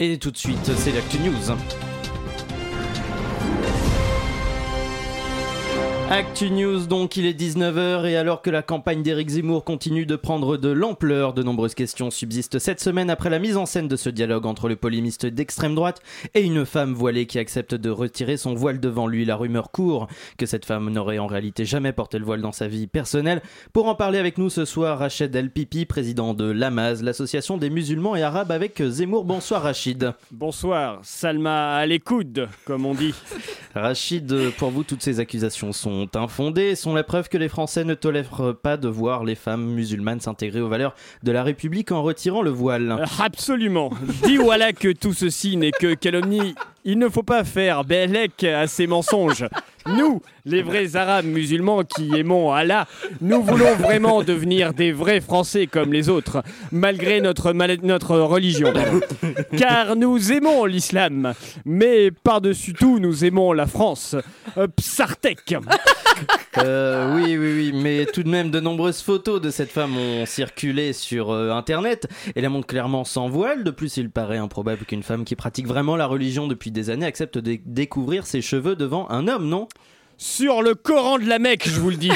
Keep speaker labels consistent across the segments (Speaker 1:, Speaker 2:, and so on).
Speaker 1: Et tout de suite, c'est l'actu news. Actu News, donc il est 19h et alors que la campagne d'Éric Zemmour continue de prendre de l'ampleur, de nombreuses questions subsistent cette semaine après la mise en scène de ce dialogue entre le polémiste d'extrême droite et une femme voilée qui accepte de retirer son voile devant lui. La rumeur court que cette femme n'aurait en réalité jamais porté le voile dans sa vie personnelle. Pour en parler avec nous ce soir, Rachid El Pipi, président de l'AMAZ, l'association des musulmans et arabes avec Zemmour. Bonsoir Rachid.
Speaker 2: Bonsoir, Salma à l'écoute, comme on dit.
Speaker 1: Rachid, pour vous, toutes ces accusations sont infondés et sont la preuve que les Français ne tolèrent pas de voir les femmes musulmanes s'intégrer aux valeurs de la République en retirant le voile.
Speaker 2: Absolument. Dis voilà que tout ceci n'est que calomnie. Il ne faut pas faire bellec à ces mensonges. Nous, les vrais Arabes musulmans qui aimons Allah, nous voulons vraiment devenir des vrais Français comme les autres, malgré notre, mal- notre religion. Car nous aimons l'islam, mais par-dessus tout, nous aimons la France. Euh, Psartek
Speaker 1: Euh, oui, oui, oui, mais tout de même, de nombreuses photos de cette femme ont circulé sur euh, Internet et la montre clairement sans voile. De plus, il paraît improbable qu'une femme qui pratique vraiment la religion depuis des années accepte de découvrir ses cheveux devant un homme, non
Speaker 2: Sur le Coran de la Mecque, je vous le dis.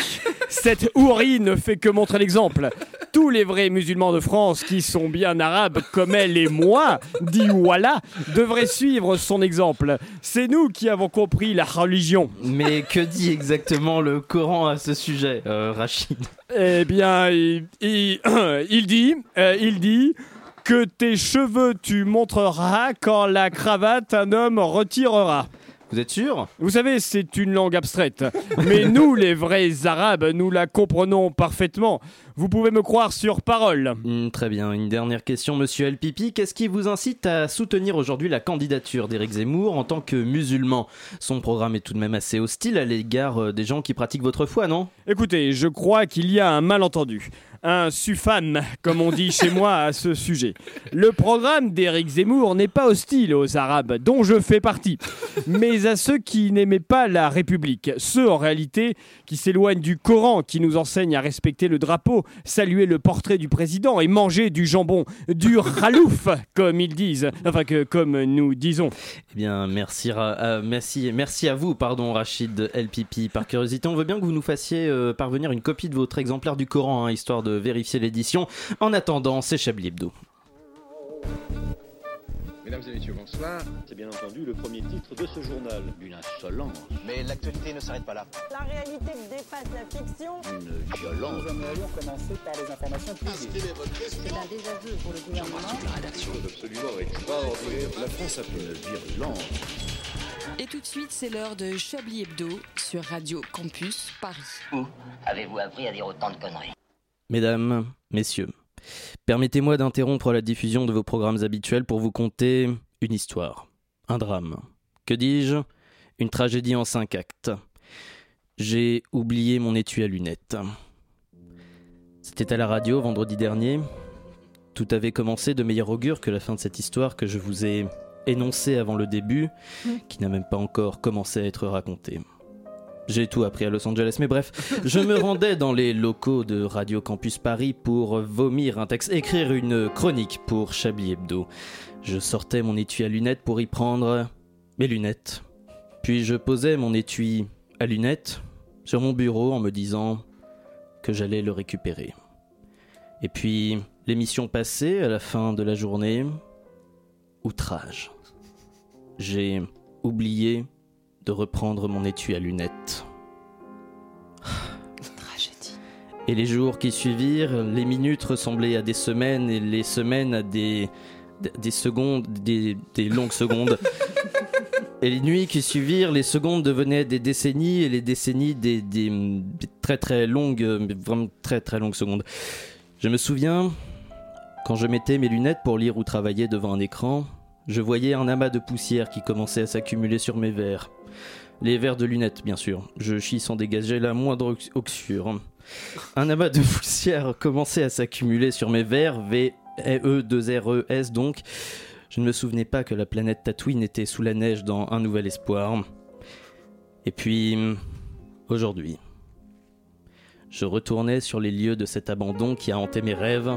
Speaker 2: Cette houri ne fait que montrer l'exemple. Tous les vrais musulmans de France qui sont bien arabes comme elle et moi, dit Wallah, devraient suivre son exemple. C'est nous qui avons compris la religion.
Speaker 1: Mais que dit exactement le Coran à ce sujet, euh, Rachid
Speaker 2: Eh bien, il, il- il dit, euh, il dit que tes cheveux tu montreras quand la cravate un homme retirera.
Speaker 1: Vous êtes sûr
Speaker 2: Vous savez, c'est une langue abstraite. Mais nous, les vrais Arabes, nous la comprenons parfaitement. Vous pouvez me croire sur parole.
Speaker 1: Hmm, très bien. Une dernière question, monsieur El Pipi. Qu'est-ce qui vous incite à soutenir aujourd'hui la candidature d'Éric Zemmour en tant que musulman Son programme est tout de même assez hostile à l'égard euh, des gens qui pratiquent votre foi, non
Speaker 2: Écoutez, je crois qu'il y a un malentendu. Un suffam, comme on dit chez moi à ce sujet. Le programme d'Éric Zemmour n'est pas hostile aux Arabes, dont je fais partie, mais à ceux qui n'aimaient pas la République. Ceux, en réalité, qui s'éloignent du Coran, qui nous enseigne à respecter le drapeau, saluer le portrait du président et manger du jambon, du ralouf, comme ils disent, enfin que comme nous disons.
Speaker 1: Eh bien, merci, Ra- euh, merci, merci à vous, pardon, Rachid El Pipi. Par curiosité, on veut bien que vous nous fassiez euh, parvenir une copie de votre exemplaire du Coran, hein, histoire de vérifier l'édition. En attendant, c'est Chablis Hebdo.
Speaker 3: Mesdames et messieurs, bonsoir.
Speaker 4: C'est bien entendu le premier titre de ce journal. Une insolence,
Speaker 3: Mais l'actualité ne s'arrête pas là.
Speaker 5: La réalité dépasse la fiction.
Speaker 4: une violence.
Speaker 6: Et tout de suite, c'est l'heure de Chablis Hebdo sur Radio Campus Paris.
Speaker 7: Avez-vous appris à dire autant de conneries
Speaker 1: Mesdames, messieurs, permettez-moi d'interrompre la diffusion de vos programmes habituels pour vous conter une histoire, un drame, que dis-je, une tragédie en cinq actes. J'ai oublié mon étui à lunettes. C'était à la radio vendredi dernier. Tout avait commencé de meilleur augure que la fin de cette histoire que je vous ai énoncée avant le début, qui n'a même pas encore commencé à être racontée. J'ai tout appris à Los Angeles, mais bref, je me rendais dans les locaux de Radio Campus Paris pour vomir un texte, écrire une chronique pour Chablis Hebdo. Je sortais mon étui à lunettes pour y prendre mes lunettes. Puis je posais mon étui à lunettes sur mon bureau en me disant que j'allais le récupérer. Et puis, l'émission passée à la fin de la journée, outrage. J'ai oublié de reprendre mon étui à lunettes.
Speaker 6: Tragédie.
Speaker 1: Et les jours qui suivirent, les minutes ressemblaient à des semaines et les semaines à des, des- des secondes, des, des longues secondes. et les nuits qui suivirent, les secondes devenaient des décennies et les décennies des, des- des très très longues, mais vraiment très très longues secondes. Je me souviens, quand je mettais mes lunettes pour lire ou travailler devant un écran, je voyais un amas de poussière qui commençait à s'accumuler sur mes verres. Les verres de lunettes, bien sûr. Je chie sans dégager la moindre ox- oxure. Un amas de poussière commençait à s'accumuler sur mes verres, E, V-E-2-R-E-S donc. Je ne me souvenais pas que la planète Tatooine était sous la neige dans Un Nouvel Espoir. Et puis, aujourd'hui, je retournais sur les lieux de cet abandon qui a hanté mes rêves.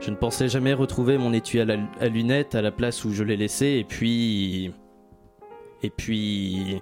Speaker 1: Je ne pensais jamais retrouver mon étui à, la- à lunettes à la place où je l'ai laissé, et puis. Et puis.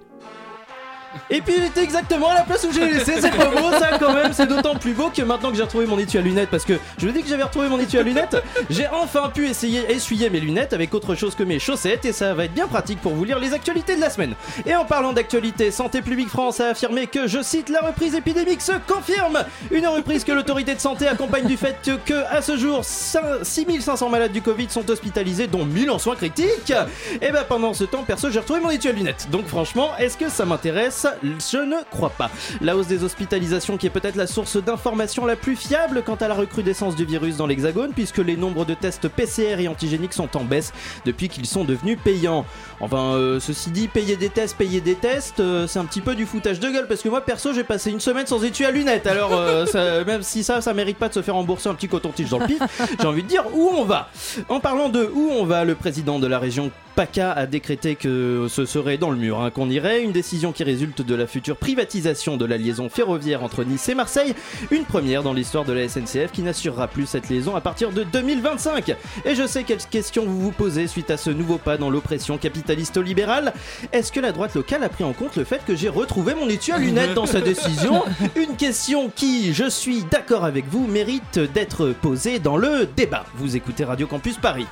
Speaker 1: Et puis il était exactement à la place où j'ai laissé, c'est pas beau ça quand même, c'est d'autant plus beau que maintenant que j'ai retrouvé mon étui à lunettes, parce que je vous dis que j'avais retrouvé mon étui à lunettes, j'ai enfin pu essayer essuyer mes lunettes avec autre chose que mes chaussettes et ça va être bien pratique pour vous lire les actualités de la semaine. Et en parlant d'actualité, Santé publique France a affirmé que, je cite, la reprise épidémique se confirme Une reprise que l'autorité de santé accompagne du fait que, à ce jour, 5- 6500 malades du Covid sont hospitalisés, dont 1000 en soins critiques Et ben pendant ce temps, perso, j'ai retrouvé mon étui à lunettes. Donc franchement, est-ce que ça m'intéresse Je ne crois pas. La hausse des hospitalisations qui est peut-être la source d'information la plus fiable quant à la recrudescence du virus dans l'Hexagone, puisque les nombres de tests PCR et antigéniques sont en baisse depuis qu'ils sont devenus payants. Enfin, euh, ceci dit, payer des tests, payer des tests, euh, c'est un petit peu du foutage de gueule parce que moi perso j'ai passé une semaine sans étui à lunettes. Alors euh, ça- même si ça, ça mérite pas de se faire rembourser un petit coton-tige dans le pif. J'ai envie de dire où on va. En parlant de où on va, le président de la région PACA a décrété que ce serait dans le mur hein, qu'on irait, une décision qui résulte de la future privatisation de la liaison ferroviaire entre Nice et Marseille, une première dans l'histoire de la SNCF qui n'assurera plus cette liaison à partir de 2025. Et je sais quelles questions vous vous posez suite à ce nouveau pas dans l'oppression capitaliste-libérale. Est-ce que la droite locale a pris en compte le fait que j'ai retrouvé mon étui à lunettes dans sa décision Une question qui, je suis d'accord avec vous, mérite d'être posée dans le débat. Vous écoutez Radio Campus Paris.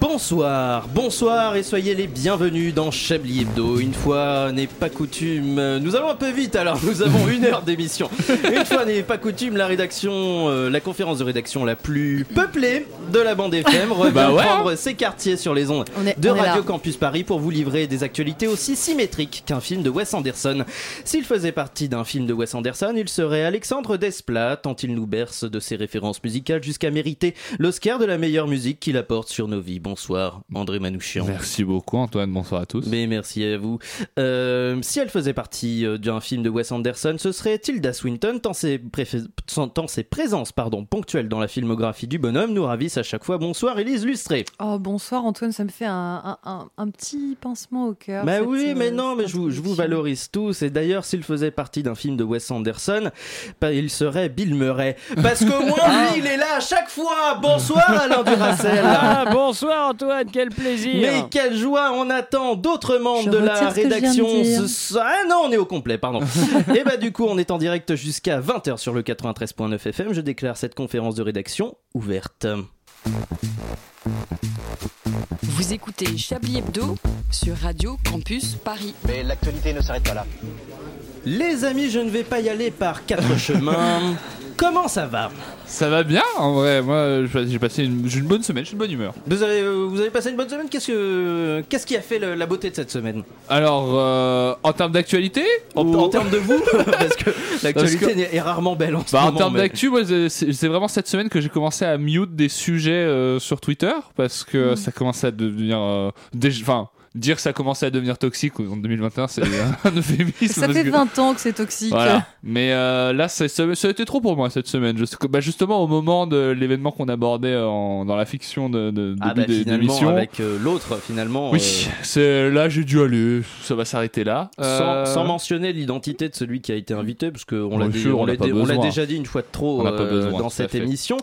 Speaker 1: Bonsoir, bonsoir et soyez les bienvenus dans Chablis Hebdo. Une fois n'est pas coutume, euh, nous allons un peu vite alors, nous avons une heure d'émission. Une fois n'est pas coutume, la rédaction, euh, la conférence de rédaction la plus peuplée de la bande FM revient prendre ses quartiers sur les ondes
Speaker 8: On est,
Speaker 1: de
Speaker 8: on est là.
Speaker 1: Radio Campus Paris pour vous livrer des actualités aussi symétriques qu'un film de Wes Anderson. S'il faisait partie d'un film de Wes Anderson, il serait Alexandre Desplat, tant il nous berce de ses références musicales jusqu'à mériter l'Oscar de la meilleure musique qu'il apporte sur nos vies. Bonsoir, André Manouchian.
Speaker 9: Merci beaucoup Antoine, bonsoir à tous.
Speaker 1: Mais merci à vous. Euh, si elle faisait partie euh, d'un film de Wes Anderson, ce serait Tilda Swinton, tant ses, préfé- tant- tant ses présences pardon, ponctuelles dans la filmographie du bonhomme nous ravissent à chaque fois. Bonsoir, Élise Lustré.
Speaker 8: Oh, bonsoir Antoine, ça me fait un, un- un- un petit pincement au cœur.
Speaker 1: Bah
Speaker 8: cette,
Speaker 1: oui,
Speaker 8: euh,
Speaker 1: mais non, mais
Speaker 8: cette
Speaker 1: je vous, je vous
Speaker 8: introduction.
Speaker 1: valorise tous. Et d'ailleurs, s'il faisait partie d'un film de Wes Anderson, bah, il serait Bill Murray. Parce qu'au
Speaker 8: Ah.
Speaker 1: moins, lui, il est là à chaque fois. Bonsoir, Alain Duracel.
Speaker 2: Ah, bonsoir Antoine, quel plaisir
Speaker 1: Mais quelle joie On attend d'autres membres
Speaker 8: Je
Speaker 1: de la
Speaker 8: retire ce que je viens de
Speaker 1: rédaction.
Speaker 8: dire.
Speaker 1: ce so- Ah non, on est au complet, pardon. Et bah du coup, on est en direct jusqu'à 20h sur le 93.9 FM. Je déclare cette conférence de rédaction ouverte.
Speaker 6: Vous écoutez Chablis Hebdo sur Radio Campus Paris.
Speaker 3: Mais l'actualité ne s'arrête pas là.
Speaker 1: Les amis, je ne vais pas y aller par quatre chemins. Comment ça va
Speaker 9: Ça va bien en vrai, moi je- j'ai passé une, j'ai une bonne semaine, j'ai une bonne humeur.
Speaker 1: Vous avez, euh, vous avez passé une bonne semaine Qu'est-ce que, qu'est-ce qui a fait le- la beauté de cette semaine
Speaker 9: Alors euh, en termes d'actualité
Speaker 1: en,
Speaker 9: ou-
Speaker 1: en termes de vous, parce que l'actualité
Speaker 9: Parce
Speaker 1: est rarement belle en ce
Speaker 9: Bah, en
Speaker 1: moment.
Speaker 9: termes
Speaker 1: mais-
Speaker 9: d'actu, moi, c'est- c'est c'est vraiment cette semaine que j'ai commencé à mute des sujets euh, sur Twitter parce que ça commence à devenir. euh, dé- Enfin, dire que ça commence à devenir toxique en 2021, c'est un euphémisme.
Speaker 8: Ça
Speaker 9: parce
Speaker 8: fait
Speaker 9: que-
Speaker 8: 20 ans que c'est toxique.
Speaker 9: Voilà. Mais euh, là, ça, ça- ça a été trop pour moi cette semaine. Je sais que- bah, justement, au moment de l'événement qu'on abordait euh, en- dans la fiction de, de,
Speaker 1: Ah bah
Speaker 9: début des-
Speaker 1: finalement,
Speaker 9: d'émission.
Speaker 1: avec euh, l'autre, finalement.
Speaker 9: Oui, c'est là j'ai dû aller. Ça va s'arrêter là.
Speaker 1: Sans,
Speaker 9: Euh,
Speaker 1: sans mentionner l'identité de celui qui a été invité, parce qu'on l'a
Speaker 9: Bien
Speaker 1: dit-
Speaker 9: sûr,
Speaker 1: on
Speaker 9: on
Speaker 1: l'a
Speaker 9: n'a pas
Speaker 1: dé- on l'a
Speaker 9: besoin.
Speaker 1: déjà dit une fois de trop
Speaker 9: On n'a pas
Speaker 1: euh,
Speaker 9: besoin, tout
Speaker 1: dans
Speaker 9: à
Speaker 1: cette
Speaker 9: fait.
Speaker 1: émission.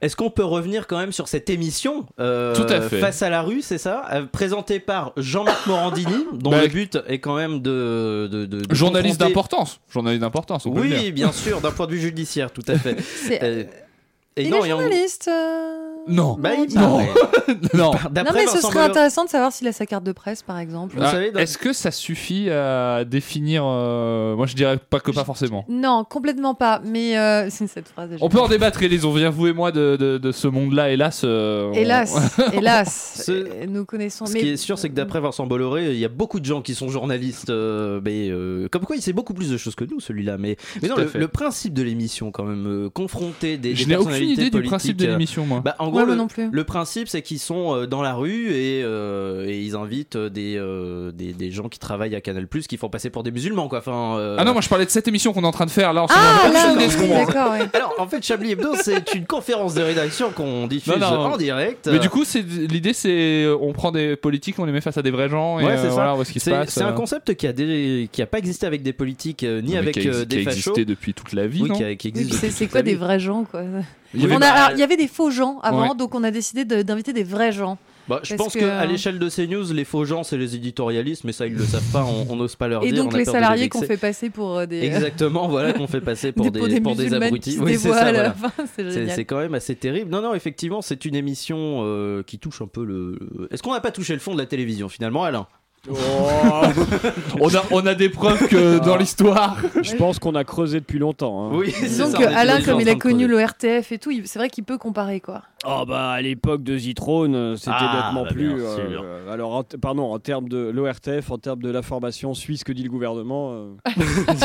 Speaker 1: Est-ce qu'on peut revenir quand même sur cette émission euh,
Speaker 9: Tout à fait.
Speaker 1: Face à la rue, c'est ça Euh, Présentée par Jean-Marc Morandini, dont
Speaker 9: Bah,
Speaker 1: le but est quand même de. de, de- de
Speaker 9: Journaliste
Speaker 1: confronter-
Speaker 9: d'importance. Journaliste d'importance. on peut le dire.
Speaker 1: Oui, bien sûr, d'un point de vue judiciaire, tout à fait.
Speaker 8: C'est-
Speaker 1: Euh,
Speaker 8: il
Speaker 1: non,
Speaker 8: est
Speaker 1: en-
Speaker 8: journaliste. euh,
Speaker 9: Non.
Speaker 1: Bah, il
Speaker 9: Non.
Speaker 1: paraît.
Speaker 9: non.
Speaker 8: Non,
Speaker 1: D'après
Speaker 8: mais ce
Speaker 1: Vincent
Speaker 8: serait
Speaker 1: Bolloré-
Speaker 8: intéressant de savoir s'il a sa carte de presse, par exemple.
Speaker 1: Vous
Speaker 9: Ah,
Speaker 1: savez, dans-
Speaker 9: Est-ce que ça suffit à définir euh, Moi, je dirais pas que pas forcément.
Speaker 8: Non, complètement pas. Mais euh, c'est cette phrase. est
Speaker 9: On
Speaker 8: géniale.
Speaker 9: peut en débattre, Élise. On vient, vous et moi, de, de- de ce monde-là, hélas. euh, on-
Speaker 8: Hélas, hélas,
Speaker 1: Ce-
Speaker 8: euh, nous connaissons.
Speaker 1: Ce
Speaker 8: mais-
Speaker 1: qui est sûr, c'est que d'après Vincent Bolloré, il y a beaucoup de gens qui sont journalistes. euh, mais, euh, comme quoi, il sait beaucoup plus de choses que nous, celui-là. Mais, mais non,
Speaker 9: à
Speaker 1: le,
Speaker 9: fait.
Speaker 1: le principe de l'émission, quand même, euh, confronter des, des
Speaker 9: Je n'ai aucune
Speaker 1: personnalités
Speaker 9: idée du
Speaker 1: politiques,
Speaker 9: principe de
Speaker 1: euh,
Speaker 9: l'émission, moi.
Speaker 1: bah, en gros,
Speaker 8: Ouais, moi
Speaker 1: le,
Speaker 8: non plus.
Speaker 1: le principe, c'est qu'ils sont euh, dans la rue et, euh, et ils invitent euh, des, euh, des, des gens qui travaillent à Canal qui font passer pour des musulmans, quoi. Enfin, euh,
Speaker 9: Ah non, moi je parlais de cette émission qu'on est en train de faire là en ce moment.
Speaker 8: Ah, là,
Speaker 9: Personne n'est
Speaker 8: oui,
Speaker 9: au courant.
Speaker 8: d'accord, ouais.
Speaker 1: Alors, en fait, Chablis Hebdo, c'est une conférence de rédaction qu'on diffuse
Speaker 9: Non, non.
Speaker 1: en direct. euh.
Speaker 9: Mais du coup, c'est l'idée, c'est euh, on prend des politiques, on les met face à des vrais gens et
Speaker 1: Ouais,
Speaker 9: euh,
Speaker 1: c'est ça.
Speaker 9: voilà, on voit ce qui se
Speaker 1: c'est
Speaker 9: passe.
Speaker 1: c'est un
Speaker 9: euh.
Speaker 1: concept qui a, des, qui a pas existé avec des politiques euh, ni
Speaker 9: Mais
Speaker 1: avec
Speaker 9: qui a,
Speaker 1: euh,
Speaker 9: qui a
Speaker 1: des fachos.
Speaker 9: existé depuis toute la vie,
Speaker 1: Oui,
Speaker 9: non
Speaker 1: qui, a- qui
Speaker 8: Oui,
Speaker 1: existe
Speaker 8: puis c'est-
Speaker 1: depuis
Speaker 8: C'est
Speaker 1: toute
Speaker 8: quoi
Speaker 1: la vie.
Speaker 8: des vrais gens, quoi
Speaker 9: Il y avait-
Speaker 8: On a- alors, Il y avait des faux gens avant,
Speaker 9: Ouais.
Speaker 8: donc on a décidé de- d'inviter des vrais gens.
Speaker 1: Bah, je
Speaker 8: Parce
Speaker 1: pense que,
Speaker 8: que- euh,
Speaker 1: à l'échelle de CNews, les faux gens, c'est les éditorialistes, mais ça, ils le savent pas, on on n'ose pas leur
Speaker 8: Et
Speaker 1: dire.
Speaker 8: donc
Speaker 1: on a
Speaker 8: les
Speaker 1: peur de
Speaker 8: salariés
Speaker 1: vexer.
Speaker 8: qu'on fait passer pour euh, des,
Speaker 1: Exactement, voilà, qu'on fait passer pour des,
Speaker 8: pour des
Speaker 1: pour des
Speaker 8: musulmanes
Speaker 1: abrutis.
Speaker 8: qui se
Speaker 1: Oui, c'est ça,
Speaker 8: dévoilent.
Speaker 1: voilà.
Speaker 8: Enfin, c'est
Speaker 1: C'est
Speaker 8: génial.
Speaker 1: c'est quand même assez terrible. Non, non, effectivement, c'est une émission euh, qui touche un peu le. Est-ce qu'on n'a pas touché le fond de la télévision finalement, Alain
Speaker 9: Oh. on, a, on a des preuves que dans l'histoire.
Speaker 2: Ah. Je pense qu'on a creusé depuis longtemps. hein.
Speaker 1: c'est
Speaker 8: Disons
Speaker 1: ça,
Speaker 8: que
Speaker 1: on est
Speaker 8: Alain,
Speaker 1: toujours
Speaker 8: comme
Speaker 1: en
Speaker 8: il a
Speaker 1: train de
Speaker 8: connu
Speaker 1: creuser.
Speaker 8: le RTF et tout, il- c'est vrai qu'il peut comparer quoi.
Speaker 2: Oh bah à l'époque de Zitrone, euh, c'était
Speaker 1: Ah,
Speaker 2: nettement
Speaker 1: bah,
Speaker 2: plus.
Speaker 1: bien
Speaker 2: euh,
Speaker 1: sûr.
Speaker 2: euh, alors en t- pardon, en termes de l'ORTF, en termes de la formation suisse que dit le gouvernement. euh,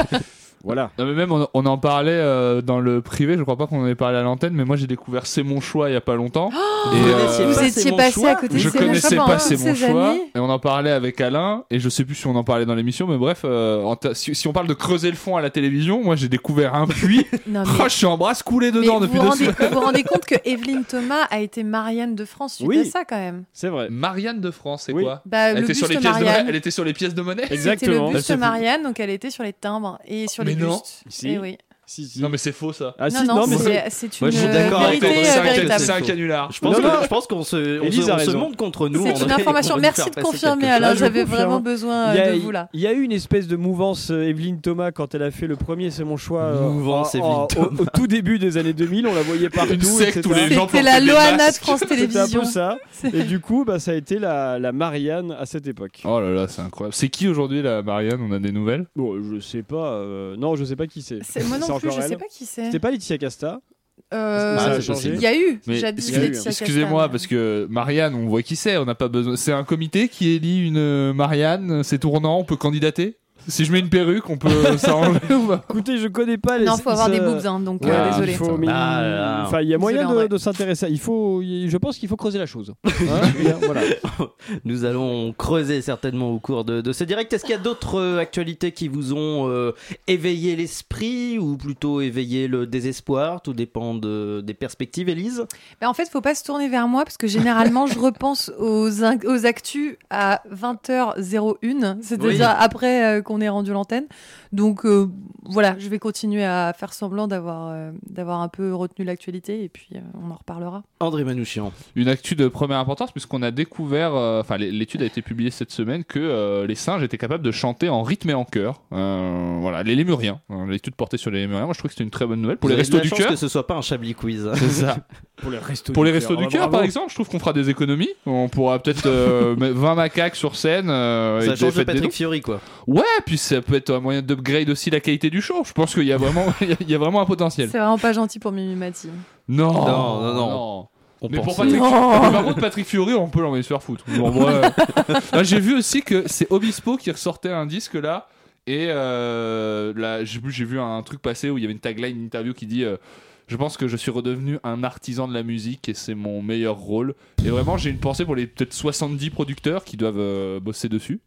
Speaker 2: voilà.
Speaker 9: Non, mais même on, on en parlait euh, dans le privé, je crois pas qu'on en ait parlé à l'antenne, mais moi j'ai découvert C'est mon choix il y a pas longtemps.
Speaker 1: Vous
Speaker 9: et, euh,
Speaker 1: connaissiez
Speaker 8: Oh, Vous
Speaker 1: pas, c'est
Speaker 8: étiez
Speaker 1: mon
Speaker 8: passé
Speaker 1: choix.
Speaker 8: à côté
Speaker 9: Je
Speaker 8: de ces
Speaker 9: connaissais
Speaker 8: machins
Speaker 9: pas
Speaker 8: pendant
Speaker 9: C'est mon
Speaker 8: ces
Speaker 9: choix
Speaker 8: années.
Speaker 9: et on en parlait avec Alain et je sais plus si on en parlait dans l'émission mais bref euh, en ta- si, si on parle de creuser le fond à la télévision moi j'ai découvert un puits
Speaker 8: Non, mais-
Speaker 9: oh, je suis en brasse coulée
Speaker 8: mais
Speaker 9: dedans
Speaker 8: vous
Speaker 9: depuis
Speaker 8: vous
Speaker 9: deux
Speaker 8: rendez,
Speaker 9: semaines
Speaker 8: vous vous rendez compte que Evelyne Thomas a été Marianne de France suite
Speaker 2: Oui.
Speaker 8: à ça quand même.
Speaker 2: C'est vrai.
Speaker 9: Marianne de France c'est
Speaker 2: Oui.
Speaker 9: quoi
Speaker 8: Bah,
Speaker 9: elle
Speaker 8: le
Speaker 9: était, sur les
Speaker 8: buste
Speaker 9: pièces de...
Speaker 8: Marianne.
Speaker 9: elle était sur les pièces de monnaie
Speaker 8: C'était le
Speaker 2: Exactement.
Speaker 9: Elle
Speaker 8: buste
Speaker 9: s'est fait-
Speaker 8: Marianne, donc elle était sur les timbres et sur les
Speaker 9: Mais non.
Speaker 8: bustes.
Speaker 2: Si.
Speaker 8: Eh oui.
Speaker 2: Si, si.
Speaker 9: non mais c'est faux ça
Speaker 2: Ah,
Speaker 8: non,
Speaker 2: si,
Speaker 8: non,
Speaker 2: mais
Speaker 8: c'est c'est une
Speaker 1: Moi, je suis
Speaker 8: euh,
Speaker 1: d'accord avec
Speaker 8: vérité
Speaker 1: toi.
Speaker 9: c'est
Speaker 8: euh,
Speaker 9: un, can-
Speaker 8: véritable.
Speaker 9: c'est un canular
Speaker 1: Je pense,
Speaker 2: Non,
Speaker 1: que-
Speaker 2: non.
Speaker 1: je pense qu'on se, Euh, on
Speaker 2: Élise
Speaker 1: se-
Speaker 2: a
Speaker 1: on se
Speaker 2: raison.
Speaker 1: monte contre nous.
Speaker 8: C'est
Speaker 1: on
Speaker 8: une
Speaker 1: va-
Speaker 8: information.
Speaker 1: on va
Speaker 8: Merci
Speaker 1: faire
Speaker 8: de
Speaker 1: passer
Speaker 8: confirmer,
Speaker 1: quelque
Speaker 8: Alain.
Speaker 2: chose.
Speaker 8: J'avais
Speaker 2: Ah, Je confirme.
Speaker 8: vraiment besoin
Speaker 2: Il y,
Speaker 8: euh,
Speaker 2: a,
Speaker 8: de vous là.
Speaker 2: il y a eu une espèce de mouvance euh, Evelyne Thomas quand elle a fait le premier C'est mon choix. euh,
Speaker 1: Mouvance
Speaker 2: en-
Speaker 1: Evelyne
Speaker 2: en- au, au tout début des années 2000, on la voyait partout.
Speaker 9: Une secte
Speaker 2: etc.
Speaker 9: où les gens
Speaker 8: C'était
Speaker 9: portaient
Speaker 8: la
Speaker 9: des
Speaker 8: Loana de
Speaker 9: masques.
Speaker 8: France
Speaker 2: C'était un
Speaker 8: Télévisions.
Speaker 2: peu ça. Et du coup, bah, ça a été la, la Marianne à cette époque.
Speaker 9: oh là là c'est incroyable c'est qui aujourd'hui la Marianne on a des nouvelles
Speaker 2: Bon, je sais pas. euh, Non, je sais pas qui c'est.
Speaker 8: C'est- Moi non
Speaker 2: C'est
Speaker 8: plus, je
Speaker 2: encore
Speaker 8: sais
Speaker 2: elle.
Speaker 8: pas qui c'est.
Speaker 2: C'était pas Laetitia Casta.
Speaker 8: Euh,
Speaker 2: Ça
Speaker 1: a
Speaker 8: Il
Speaker 1: changé.
Speaker 8: y a eu.
Speaker 9: Mais
Speaker 8: J'habite
Speaker 9: excusez-
Speaker 8: Laetitia Casta,
Speaker 9: Excusez-moi,
Speaker 8: mais-
Speaker 9: parce que Marianne, on voit qui c'est, on n'a pas besoin. C'est un comité qui élit une euh, Marianne, c'est tournant, on peut candidater Si je mets une perruque, on
Speaker 1: Euh,
Speaker 9: peut s'arranger ou pas
Speaker 2: Écoutez, je connais pas les.
Speaker 8: Non, faut avoir
Speaker 2: ça-
Speaker 8: des boobs, hein, donc
Speaker 9: Ouais,
Speaker 8: euh,
Speaker 9: il
Speaker 8: désolé.
Speaker 2: faut- mais-
Speaker 1: Ah, là, là.
Speaker 2: Enfin, il y a moyen
Speaker 8: Désolé, en
Speaker 2: de,
Speaker 8: vrai.
Speaker 2: de s'intéresser. à- Il faut, il- je pense qu'il faut creuser la chose. Hein, Julien, voilà.
Speaker 1: Nous allons creuser certainement au cours de, de ce direct. Est-ce qu'il y a d'autres euh, actualités qui vous ont euh, éveillé l'esprit ou plutôt éveillé le désespoir Tout dépend de- des perspectives, Élise.
Speaker 8: Mais Bah, en fait, faut pas se tourner vers moi parce que généralement, je repense aux, in- aux actus à 20h01, c'est-à-dire
Speaker 1: Oui.
Speaker 8: après euh, qu'on ait rendu l'antenne. Donc euh, voilà, je vais continuer à faire semblant d'avoir euh, d'avoir un peu retenu l'actualité et puis euh, on en reparlera.
Speaker 1: André Manouchian.
Speaker 9: Une actu de première importance, puisqu'on a découvert, euh, enfin, l- l'étude a été publiée cette semaine, que euh, les singes étaient capables de chanter en rythme et en chœur. Euh, voilà, les lémuriens. Euh, L'étude portée sur les lémuriens, moi je trouve que c'était une très bonne nouvelle. Pour les
Speaker 1: Vous avez de
Speaker 9: restos
Speaker 1: la
Speaker 9: du
Speaker 1: chance
Speaker 9: cœur.
Speaker 1: que ce soit pas un Chablis quiz.
Speaker 9: C'est ça.
Speaker 2: Pour les restos
Speaker 9: Pour les restos du
Speaker 1: Ah,
Speaker 9: cœur, par exemple, je trouve qu'on fera des économies. On pourra peut-être euh, mettre 20 macaques sur scène. euh,
Speaker 1: Ça
Speaker 9: et
Speaker 1: change
Speaker 9: faites
Speaker 1: de
Speaker 9: des dons.
Speaker 1: Patrick Fiori, quoi.
Speaker 9: Ouais, puis ça peut être un moyen d'upgrade aussi la qualité du show. Je pense qu'il y a vraiment, il y a- il y a vraiment un potentiel.
Speaker 8: C'est vraiment pas gentil pour Mimi Mati.
Speaker 9: Non,
Speaker 1: Non, non, non. On
Speaker 9: Mais pour
Speaker 1: pense-
Speaker 9: Patrick,
Speaker 8: Non.
Speaker 9: Mais par contre, Patrick Fiori, on peut l'envoyer se faire foutre. Bon, moi, euh, là, j'ai vu aussi que c'est Obispo qui ressortait un disque là. Et euh, là, j'ai vu- j'ai vu un truc passer où il y avait une tagline, une interview qui dit euh, Je pense que je suis redevenu un artisan de la musique et c'est mon meilleur rôle. Et vraiment, j'ai une pensée pour les peut-être 70 producteurs qui doivent euh, bosser dessus.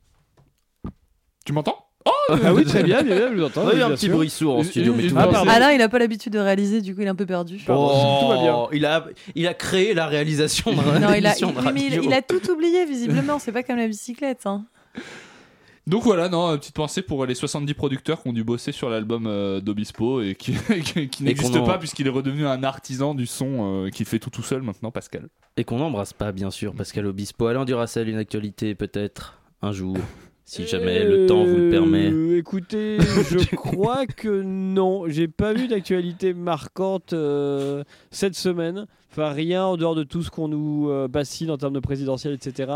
Speaker 9: Tu m'entends
Speaker 2: Ah oui, très bien, bien, bien, je vous entends.
Speaker 1: On a eu
Speaker 2: bien
Speaker 1: un petit
Speaker 2: sûr.
Speaker 1: bruit sourd en
Speaker 9: Une-
Speaker 1: studio,
Speaker 9: une-
Speaker 1: mais
Speaker 9: une-
Speaker 1: tout
Speaker 2: Ah,
Speaker 1: va
Speaker 2: pardon.
Speaker 1: bien.
Speaker 8: Alain, il a pas l'habitude de réaliser, du coup, il est un peu perdu.
Speaker 2: Pardon, tout va bien.
Speaker 1: Oh, Il a, il a créé la réalisation d'un
Speaker 8: Non, il a,
Speaker 1: émission de
Speaker 8: oui, mais il-
Speaker 1: radio.
Speaker 8: il a tout oublié visiblement. C'est pas comme la bicyclette. hein.
Speaker 9: Donc voilà, non, euh, petite pensée pour les 70 producteurs qui ont dû bosser sur l'album euh, d'Obispo et qui, qui- qui n'existe
Speaker 1: qu'on en-
Speaker 9: pas puisqu'il est redevenu un artisan du son euh, qui fait tout tout seul maintenant, Pascal.
Speaker 1: Et qu'on n'embrasse pas, bien sûr, Pascal Obispo. Alain Duracel, une actualité peut-être un jour, si jamais le temps vous le permet.
Speaker 2: Euh, Écoutez, je crois que non. J'ai pas vu d'actualité marquante euh, cette semaine. Enfin, rien en dehors de tout ce qu'on nous euh, bassine en termes de présidentiel, etc.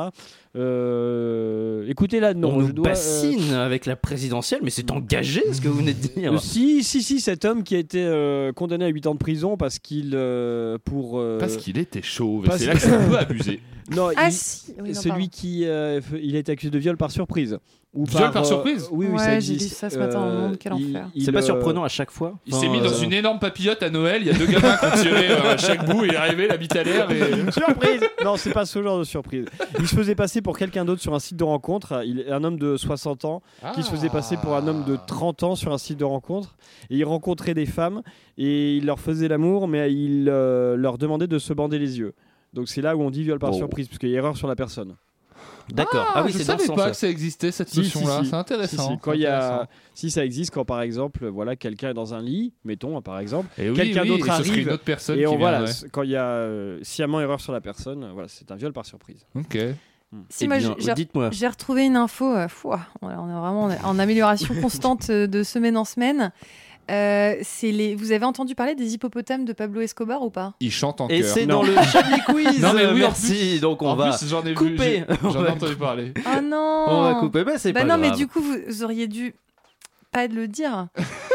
Speaker 2: Euh, écoutez, là, non.
Speaker 1: on
Speaker 2: je
Speaker 1: nous
Speaker 2: dois, euh,
Speaker 1: bassine avec la présidentielle, mais c'est engagé ce que vous venez de dire.
Speaker 2: Euh, Si, si, si, cet homme qui a été euh, condamné à 8 ans de prison parce qu'il. euh, pour. euh,
Speaker 9: Parce qu'il était chauve, et
Speaker 2: parce-
Speaker 9: c'est là que c'est un peu abusé.
Speaker 2: Non,
Speaker 8: Ah
Speaker 2: il-
Speaker 8: si, oui, non,
Speaker 2: celui
Speaker 8: pardon.
Speaker 2: qui euh, f- il a été accusé de viol par surprise. Ou
Speaker 9: Viol par
Speaker 2: euh,
Speaker 9: surprise
Speaker 2: Oui, oui, ça
Speaker 8: Ouais, j'ai
Speaker 2: existe.
Speaker 8: lu ça ce matin dans Le Monde, quel
Speaker 2: il-
Speaker 8: enfer.
Speaker 2: il,
Speaker 1: C'est pas
Speaker 2: euh,
Speaker 1: surprenant à chaque fois.
Speaker 9: Il s'est
Speaker 1: Enfin,
Speaker 9: mis dans
Speaker 1: euh,
Speaker 9: une énorme papillote à Noël, il y a deux gamins qui ont tiré euh, à chaque bout et il est arrivé, la bite à l'air et...
Speaker 2: Surprise Non, c'est pas ce genre de surprise. Il se faisait passer pour quelqu'un d'autre sur un site de rencontre. Il, un homme de 60 ans qui se faisait passer pour un homme
Speaker 9: Ah.
Speaker 2: de 30 ans sur un site de rencontre. Et il rencontrait des femmes et il leur faisait l'amour, mais il euh, leur demandait de se bander les yeux. Donc c'est là où on dit viol par
Speaker 1: Oh.
Speaker 2: surprise, parce qu'il y a erreur sur la personne.
Speaker 1: D'accord. Ah,
Speaker 9: Ah,
Speaker 1: oui,
Speaker 9: je
Speaker 1: c'est dans
Speaker 9: savais
Speaker 1: ce sens.
Speaker 9: pas que ça existait cette
Speaker 2: Si,
Speaker 9: notion là,
Speaker 2: si, si.
Speaker 9: c'est intéressant.
Speaker 2: Si, si. Quand il y a, si ça existe, quand par exemple, voilà, quelqu'un est dans un lit, mettons, hein, par exemple,
Speaker 1: Eh
Speaker 9: Et oui,
Speaker 2: quelqu'un
Speaker 9: oui,
Speaker 2: d'autre
Speaker 9: et ce serait
Speaker 2: arrive,
Speaker 9: une autre personne
Speaker 2: et
Speaker 9: qui
Speaker 2: on voilà,
Speaker 9: viendrait.
Speaker 2: c- quand il y a euh, sciemment erreur sur la personne, euh, voilà, c'est un viol par surprise. Hmm.
Speaker 9: Ok.
Speaker 1: Eh
Speaker 8: Si, moi,
Speaker 1: bien,
Speaker 8: j'ai- j'ai-
Speaker 1: dites-moi.
Speaker 8: J'ai retrouvé une info, euh, fouah, on est on est vraiment en- en amélioration constante euh, de semaine en semaine. Euh, c'est les... Vous avez entendu parler des hippopotames de Pablo Escobar ou pas
Speaker 9: Il chante en
Speaker 1: Et
Speaker 9: cœur.
Speaker 1: c'est dans le Chablis Quiz.
Speaker 9: Non, mais oui, en
Speaker 1: merci. Donc on
Speaker 9: en
Speaker 1: va
Speaker 9: plus, j'en ai vu-
Speaker 1: couper.
Speaker 9: j'ai- J'en ai
Speaker 1: va-
Speaker 9: entendu parler.
Speaker 8: Oh non
Speaker 1: on va couper. Bah, c'est
Speaker 8: Bah
Speaker 1: pas
Speaker 8: non, mais
Speaker 1: grave.
Speaker 8: du coup, vous, vous auriez dû pas le dire.